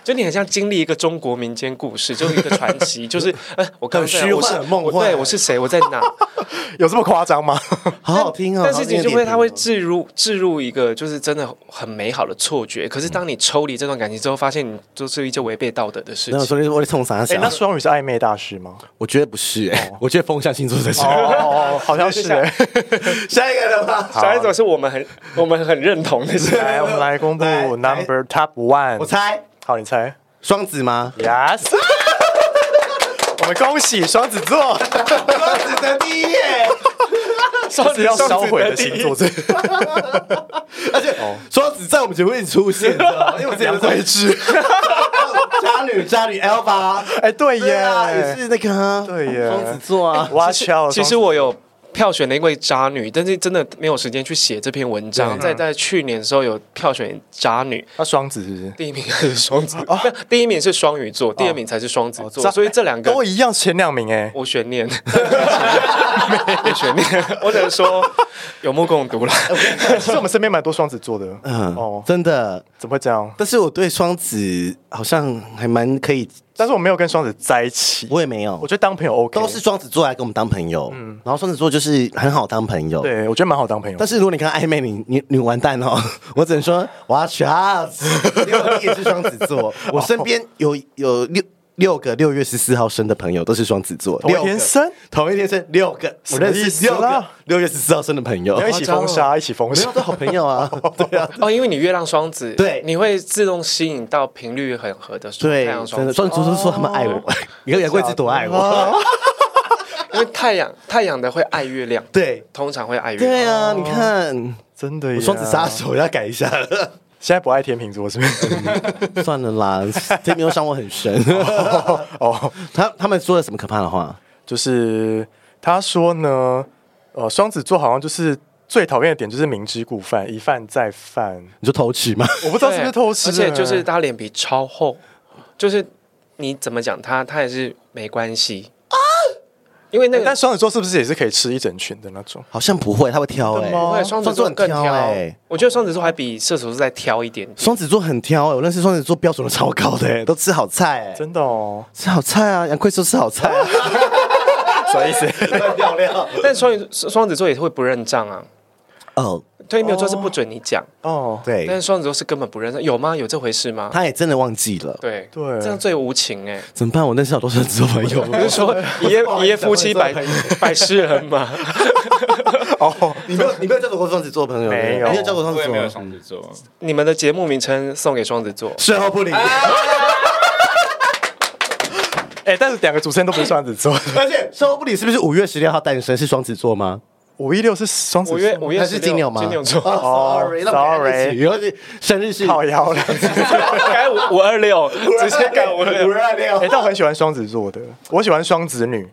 S3: 就你很像经历一个中国民间故事，就是一个传
S2: <laughs>
S3: 奇，就是呃，我刚才
S2: 很虚
S3: 我是
S2: 幻梦
S3: 我
S2: 幻
S3: 对我是谁，我在哪？
S1: 有这么夸张吗？
S2: 好好听哦。
S3: 但是你就会，它
S2: 他
S3: 会置入置入一个就是真的很美好的错觉。可是当你抽离这段感情之后，发现你做出一件违背道德的事
S2: 那我
S3: 情。
S2: 说我得冲啥
S1: 哎、
S2: 小
S1: <laughs> 那？双鱼是暧昧大师吗？
S2: 我觉得不是哎，我觉得风象星座才是。
S1: 哦，好像是哎、
S2: 下一个了吗？
S3: 小一种是我们很我们很认同的 <laughs> 事。
S1: 来，我们来公布
S2: 来
S1: number top one。
S2: 我猜
S1: 好，你猜
S2: 双子吗？
S1: ？Yes 。 <laughs> 我们恭喜双子座，
S2: 双子的第一耶，
S3: 双
S1: 是要销毁
S3: <laughs>
S1: 的星座，这
S2: 而且双子在我们节目一直出现，你知道吗因为我之前
S1: 两位
S2: 是 <laughs> 渣女渣女 Alpha，
S1: 哎，对
S2: 对啊，也
S1: 耶，
S2: 是那个啊
S1: 对耶
S2: 双子座啊，
S1: watch out！双
S3: 其实
S1: 子
S3: 我有票选了一位渣女，但是真的没有时间去写这篇文
S2: 嗯
S3: 章。在在去年的时候有票选渣女，
S1: 他啊双子是不是？
S3: 第一名是双子，
S2: 哦
S3: 不第一名是双鱼座，第二名才是双子座，所以这两个
S1: 都一样，前两名哎。
S3: 我悬念， <laughs> 我悬念，我只能说有目共睹了。
S1: 其实我们身边蛮多双子座的，
S2: 嗯，
S1: 哦，
S2: 真的。
S1: 怎么会这样？
S2: 但是我对双子好像还蛮可以，
S1: 但是我没有跟双子在一起，
S2: 我也嗯没有，
S1: 我觉得当朋友 OK，
S2: 都是双子座来跟我们当朋友，然后双子座就是很好当朋友，。
S1: 对我觉得蛮好当朋友。
S2: 但是如果你跟他暧昧，你你你完蛋哦！ <laughs> 我只能说我要 c h a
S1: <laughs>
S2: r 因为你也是双子座，我身边有有六六个六月十四号生的朋友都是双子座，
S1: 同一
S2: 六个
S1: 天生，
S2: 同一天生六个，
S1: 什
S2: 我
S1: 么
S2: 认
S1: 意
S2: 识
S1: 思
S2: 六个
S1: 啦
S2: 六月十四号生的朋友
S1: 你，要一起封杀，一起封
S2: 啊没
S1: 杀
S2: 有，都好朋友啊，对啊，
S3: 哦，因为你月亮双子，
S2: 对
S3: 你会自动吸引到频率很合的太
S2: 对，
S3: 阳
S2: 真
S3: 双
S2: 的
S3: 子，
S2: 双子座说他们爱我，
S1: 哦
S2: <laughs> 你看杨贵子多爱我，
S3: 因为太阳太阳的会爱月亮，
S2: 对
S3: 通常会爱月
S2: 对
S1: 哦
S3: 亮。
S2: 啊，你看
S1: <laughs> 真的耶
S2: 我双子杀手要改一下了。
S1: 现在不爱天秤座是不
S2: 嗯
S1: 是？
S2: 算了啦， <laughs> 这没有伤我很深。
S1: <laughs> 哦，
S2: <laughs> 他他们说了什么可怕的话？
S1: 就是他说呢，呃，双子座好像就是最讨厌的点就是明知故犯，一犯再犯。
S2: 你说偷吃吗？
S1: 我不知道是不是偷吃，欸
S3: 而且就是他脸皮超厚，就是你怎么讲他，他也是没关系啊，因为那
S1: 哎但
S3: 个
S1: 双子座是不是也是可以吃一整群的那种？
S2: 好像不会，他会挑哎、
S1: 真的吗
S3: 不会双子座更
S2: 双子座
S3: 挑
S2: 很挑欸，
S3: 我觉得双子座还比射手座再挑一点点。
S2: 双子座很挑哎、我认识双子座标准都超高的、 <laughs> 欸，都吃好菜哎、
S1: 真的哦，
S2: 吃好菜啊！杨贵说吃好菜啊，
S1: 什么意思？
S2: 乱掉料
S3: 但双鱼双子座也会不认账啊，
S2: <laughs> 哦，
S3: 对，没有错是不准你讲，
S1: 哦，
S2: <laughs> 对
S3: 但，是双子座是根本不认账，有吗？有这回事吗？
S2: 他也真的忘记了，
S3: 对
S1: 对
S3: 这样最无情 <laughs> 哎、
S2: 怎么办？我认识好多双子座朋友，
S3: 不是说一 <laughs> 夜一夜夫妻百 <laughs> 百世人嘛？
S1: <laughs> 哦，
S2: <laughs> 你没有你没有交过双子座朋友，
S1: 没有
S2: 你没有交过双
S4: 我也没有
S2: 子座，
S4: 双子座，
S3: 你们的节目名称送给双子座，
S2: 事后不理。
S1: 哎，但是两个主持人都不是双子座，
S2: 而 <laughs> 且事后不理是不是五月十六号诞生是双子座吗？
S1: 五一六是双子
S3: 五月
S1: 座吗，
S3: 五月
S2: 他是
S3: 16
S2: 金牛吗
S3: 金牛座，
S1: 哦
S2: ，sorry，那我们改日期然后是生日是
S1: 靠腰
S2: <laughs>
S1: 了。
S3: <laughs> 改五五二六，直接改五二六。
S2: 二六
S1: 哎、但我很喜欢双子座的，我喜欢双子女。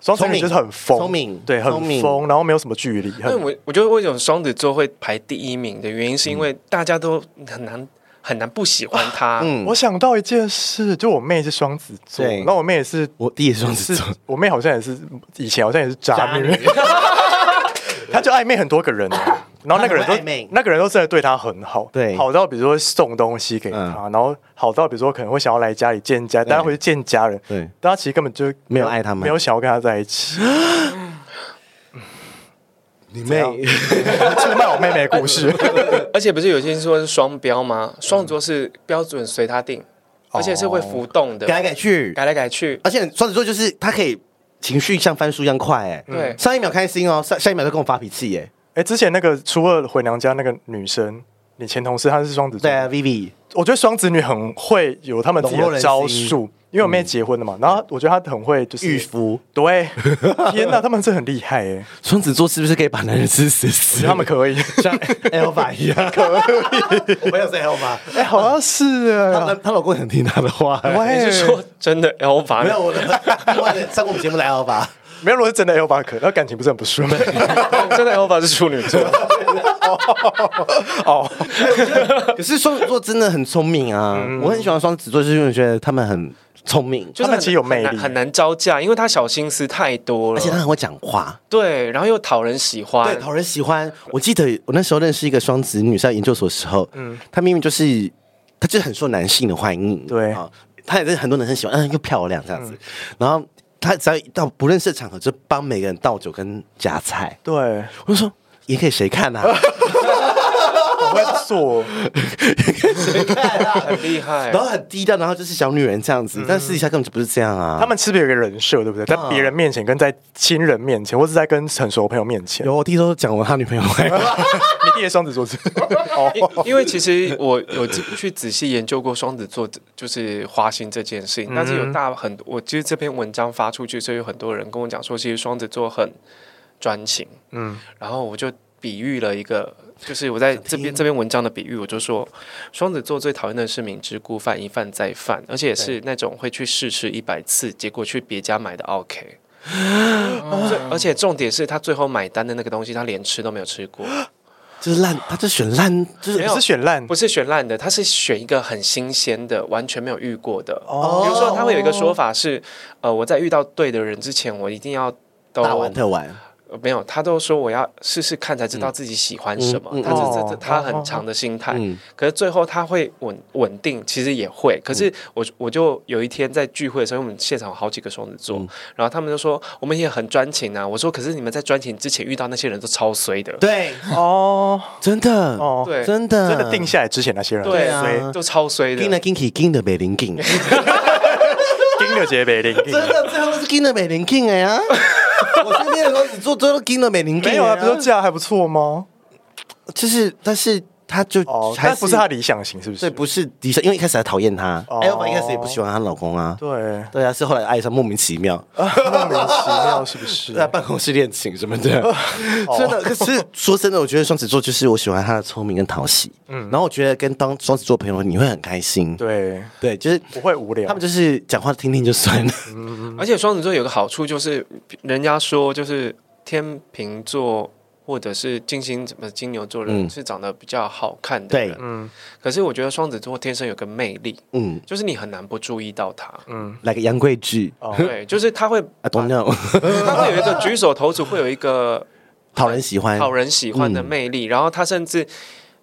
S1: 双子
S2: 聪
S1: 女
S2: 明
S1: 就是很疯，
S2: 聪明
S1: 对，很
S2: 聪明
S1: 疯，然后没有什么距离，
S3: 因为
S1: 很
S3: 我我觉得为什么双子座会排第一名的原因，是因为大家都很难很难不喜欢他。嗯，
S1: 我想到一件事，就我妹是双子座，
S2: 对
S1: 然后我妹也是，
S2: 我弟也是双子
S1: 是
S2: 座，
S1: 我妹好像也是以前好像也是渣女， <laughs> 她就暧昧很多个人、啊，然后那个人
S2: <laughs> 她很会暧
S1: 都
S2: 昧
S1: 那个人都真的对她很好，
S2: 对嗯
S1: 好到比如说送东西给她，然后好到比如说可能会想要来家里见家，大家会去见家人，
S2: 对
S1: 但她其实根本就
S2: 没有爱他们
S1: 没有想要跟她在一
S2: <laughs>
S1: 起。
S2: 你妹，
S1: <laughs> 出卖我妹妹的故
S2: <laughs>
S1: 事，
S3: 而且不是有些人说是双标吗？双子座是标准随他定，而且是会浮动的，
S2: 改来改去，
S3: 改来改去。
S2: 而且双子座就是他可以情绪像翻书一样快，哎，
S3: 对
S2: 上一秒开心哦，下下一秒就跟我发脾气，哎，
S1: 哎、之前那个初二回娘家那个女生，你前同事她是双子座，
S2: 对啊，Vivi，
S1: 我觉得双子女很会有她们自己
S2: 笼络
S1: 的
S2: 人
S1: 招
S2: 心
S1: 数，因为我妹结婚了嘛，然后我觉得她很会就是
S2: 御夫，
S1: 对，天哪，她们真的很厉害哎、
S2: 双子座是不是可以把男人吃死死？
S1: 她们可以，
S2: 像 Alpha 一样，可以，我没有说 Alpha，
S1: 哎、好像是
S2: 她她
S1: 哎、
S2: 她老公很听她的话，哎
S1: 喂
S3: 你是说真的 L 法？
S2: 没有我的，我的上过我们节目的 Alpha，
S1: 没有，如果是真的 L 八可，那感情不是很不顺吗？
S3: 真的 L 法是处女座。
S1: 哦，
S2: 可是双子座真的很聪明啊，哦我很喜欢双子座，就是因为我觉得他们很聪明，
S3: 就是
S1: 他们
S3: 很
S1: 其实有魅
S3: 很难
S1: 力
S3: 很难招架，因为他小心思太多
S2: 而且他
S3: 了。
S2: 很会讲话。
S3: 对，然后又讨人喜欢
S1: 啊
S2: 对，，讨人喜欢。我记得我那时候认识一个双子女，在研究所的时候，嗯，她明明就是她就是很受男性的欢迎，
S1: 对
S2: 啊，她也是很多男生喜欢，嗯，又漂亮这样子，然后她只要到不认识的场合，就帮每个人倒酒跟夹菜，
S1: 对，
S2: 我就说也给谁看
S1: <laughs>
S2: 啊？
S1: 我会做，
S3: 很厉
S1: 哎
S3: 害
S2: 然。后很低调，然后就是小女人这样子，但私底下根本就不是这样啊。
S1: 嗯他们是不是有一个人设，对不对？在别人面前，跟在亲人面前，或是在跟很熟的朋友面前，
S2: 有我弟都讲我他女朋友会，
S1: 你弟的双子座是哦，
S3: 因因为其实我有去仔细研究过双子座就是花心这件事情，但是有大很我其实这篇文章发出去，所以有很多人跟我讲说，其实双子座很专情，
S1: 嗯，
S3: 然后我就比喻了一个，就是我在这篇这篇文章的比喻，我就说双子座最讨厌的是明知故犯，一犯再犯，而且是那种会去试吃一百次，结果去别家买的 OK。最而且重点是他最后买单的那个东西，他连吃都没有吃过，
S2: <laughs> 就是烂，他就选烂，就是
S3: 没
S1: 你
S3: 有
S1: 是选烂
S3: 不是选烂的，他是选一个很新鲜的，完全没有遇过的。比如说，他会有一个说法是，呃，我在遇到对的人之前，我一定要都
S2: 大玩特玩，
S3: 呃没有，他都说我要试试看才知道自己喜欢什么，
S2: 嗯嗯嗯
S3: 他是这
S1: 哦
S3: 这他很长的心
S1: 哎
S3: 态，
S2: 嗯
S3: 可是最后他会稳稳定，其实也会。可
S2: 嗯
S3: 是我我就有一天在聚会的时候，因为我们现场有好几个双子座，
S2: 嗯
S3: 然后他们就说我们也很专情啊，我说可是你们在专情之前遇到那些人都超衰的，
S2: 对，
S1: 哦
S2: 真的，
S1: 哦，
S3: 对
S2: 真的，
S1: 真的定下来之前那些人，
S3: 对
S2: 啊
S1: 所以
S3: 都超衰的
S2: 金，的 kinky，金的北林 king，
S1: 盯着杰北林，
S2: <laughs> 真的，最后都是金的北林 king
S1: <laughs>
S2: 哎呀，我身边的都只做最后金的北林 king，
S1: 没有啊，
S2: 哎
S1: 不
S2: 呀
S1: 是说这样还不错吗？
S2: 就是，但是他就
S1: 哦，
S2: 还
S1: 但不是他理想型，是不
S2: 对，
S1: 是？
S2: 不是迪生，因为一开始他讨厌他，
S1: 哦
S2: 艾欧巴一开始也不喜欢她老公啊，
S1: 对，啊
S2: 对啊，是后来爱上莫名其妙，
S1: 莫名其妙是不是？
S2: 在办公室恋情什么的，
S1: 哦
S2: 真的。可是说真的，我觉得双子座就是我喜欢他的聪明跟讨喜，嗯，然后我觉得跟当双子座朋友你会很开心，
S1: 对，
S2: 对，就是
S1: 不会无聊。
S2: 他们就是讲话听听就算了，
S3: 而且双子座有个好处就是，人家说就是天秤座或者是金星什么金牛座人、
S2: 嗯
S3: 是长得比较好看的
S2: 对
S3: 人，，可是我觉得双子座天生有个魅力，
S2: 嗯，
S3: 就是你很难不注意到他。
S2: 来个杨贵枝
S1: 哦
S3: <laughs> 对，就是
S2: <laughs>
S3: 他会，
S2: ，I don't know，
S3: 他会有一个举手投足，会有一个
S2: 讨人喜欢，
S3: 讨人喜欢的
S2: 嗯
S3: 魅力。然后他甚至，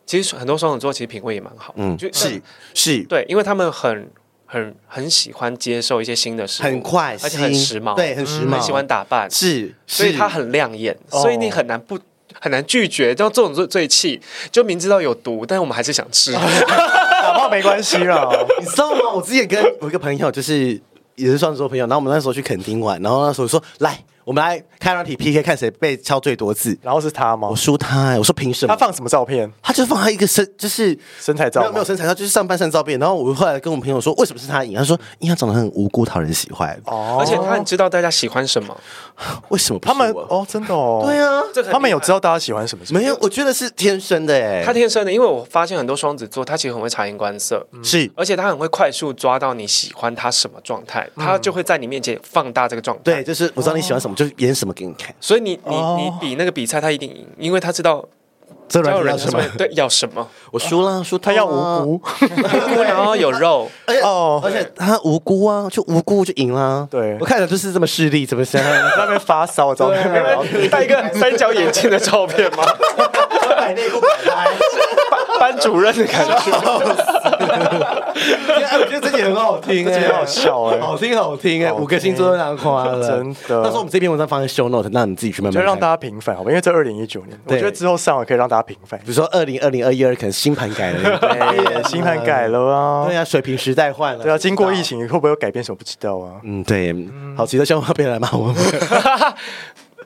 S3: 其实很多双子座其实品味也蛮好，
S2: 嗯
S3: 嗯，就，
S2: 是是，
S3: 对，因为他们很很很喜欢接受一些新的事物，
S2: 很快，
S3: 而且很
S2: 新
S3: 时髦，嗯
S2: 对，，很时髦，
S3: 很喜欢打扮，
S2: 是，
S3: 所以
S2: 是
S3: 他很亮眼，
S1: 哦
S3: 所以你很难不。很难拒绝，像这种最最气，就明知道有毒，但是我们还是想吃。
S1: 哦打炮没关系啦。
S2: 你知道吗？我之前跟我一个朋友，就是也是双子座朋友，然后我们那时候去垦丁玩，然后那时候说来，我们来开软体 PK，看谁被敲最多次。
S1: 然后是他吗
S2: 我？输他、欸，我说凭什么？
S1: 他放什么照片？
S2: 他就放他一个身，就是
S1: 身材照吗
S2: 没有没有身材照，就是上半身照片。然后我后来跟我朋友说，为什么是他赢？他说因为他长得很无辜，讨人喜欢。
S1: 哦，
S3: <laughs> 而且他很知道大家喜欢什么，
S2: 为什么不是
S1: 他们
S2: 我
S1: 哦，真的哦，
S2: 对啊，
S3: 这个很
S1: 他们有
S3: 厉害
S1: 知道大家喜欢什么？是不是
S2: 没有，我觉得是天生的哎、
S3: 他天生的，因为我发现很多双子座，他其实很会察言观色，
S1: 嗯
S2: 是
S3: 而且他很会快速抓到你喜欢他什么状态，
S1: 嗯
S3: 他就会在你面前放大这个状态。
S2: 对，，就是我知道你喜欢什么，就演什么给你看。
S3: 所以你你你
S1: 哦
S3: 比那个比赛，他一定赢，因为他知道
S2: 这
S3: 知
S2: 软
S3: 道
S2: 体
S3: 人
S2: 要
S3: 家
S2: 什
S3: 什么
S2: 么？
S3: 对要什么， <laughs>
S2: 我输了，输
S1: 他
S2: 他
S1: 要
S2: 了
S1: 无辜，
S3: 然后
S1: <laughs>
S3: 有肉，
S2: 而且
S1: 哦
S2: 而且他无辜啊，就无辜就赢啦、
S1: 对
S2: 我看着就是这么势利，怎么想？
S1: 在那边发骚的照片，没有
S3: 戴一个三角眼镜的照片吗？
S2: 买内裤摆拍，
S3: 班班主任的感觉。
S2: 哎我觉得这集很好听、哎，
S1: 这集很好笑哎
S2: 好听好听哎、
S1: 好听
S2: 五个星座都让夸了，
S1: 真的
S2: 到时候我们这篇文章放在 show note，让你自己去慢慢
S1: 就
S2: 看。
S1: 让大家平反，好吧？因为这二零一九年，我
S2: 对
S1: 觉得之后上了可以让大家平反
S2: 比。如说二零二零二一二，可能星盘改了，
S1: 哎，星盘改了啊，
S2: 对啊，水平时代换了，
S1: 对啊，经过疫
S2: 情。
S1: 情会不会有改变什么不知道啊？
S2: 嗯，对，好奇的笑话别来骂我们。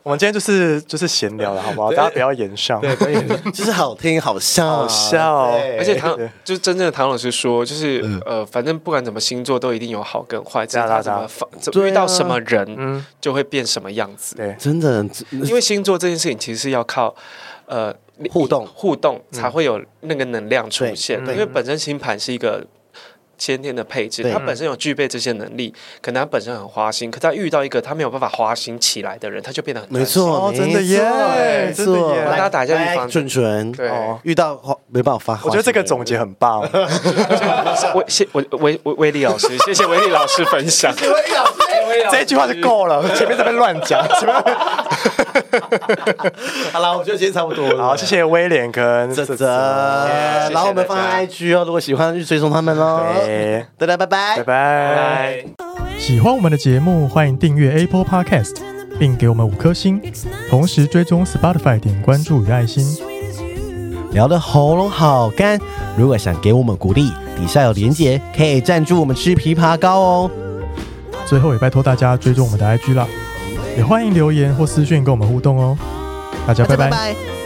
S1: 我们今天就是就是闲聊了，好不好？大家不要言上，
S2: 对，可以，就是好听好笑，
S1: 好笑
S2: 对
S3: 而且唐
S2: 哎
S1: 对
S3: 就是真正的唐老师说，就是呃，反正不管怎么星座都一定有好跟坏，只是
S1: 对啊
S3: 他怎
S1: 对啊
S3: 么放，怎
S2: 嗯对啊嗯
S3: 遇到什么人就会变什么样子。
S1: 对
S2: 真的，
S3: 因为星座这件事情其实是要靠呃
S2: 互动嗯
S3: 互动才会有那个能量出现，
S2: 对
S3: 因为本身星盘是一个。先天的配置
S2: 对，
S3: 他本身有具备这些能力，可能他本身很花心，可他遇到一个他没有办法花心起来的人，他就变得很
S2: 没
S3: <laughs> 专
S2: 错，
S1: 哦真的耶
S2: 没错
S1: 真的耶
S2: 来
S3: 大家打一下预防
S2: 来蠢蠢，
S3: 对
S2: 哦遇到花没办法发，
S1: 我觉得这个总结很 <laughs> 棒，
S3: 心。威谢我威威威力老师，谢谢威力老师分享，
S2: <laughs> 威力老师，威
S1: 没有
S5: 这一句话就够了，前面在那边乱讲。前面
S2: <laughs> 好了，我觉得今天差不多了。
S5: 好，谢谢威廉跟
S2: 泽
S5: 泽
S2: 泽，
S1: 谢谢
S2: 然后我们放在
S1: 大
S2: IG 哦，如果喜欢就追踪他们喽。
S5: 对
S2: 大家拜拜，
S5: 拜。拜。
S1: 拜。
S5: 喜欢我们的节目，欢迎订阅 Apple Podcast，并给我们五颗星，同时追踪 Spotify 点关注与爱心。
S2: 聊的喉咙好干，如果想给我们鼓励，底下有连结，可以赞助我们吃枇杷膏哦。
S5: 最后也拜托大家追踪我们的 IG 啦，也欢迎留言或私讯跟我们互动哦。大家
S2: 大家
S5: 拜拜
S2: 拜拜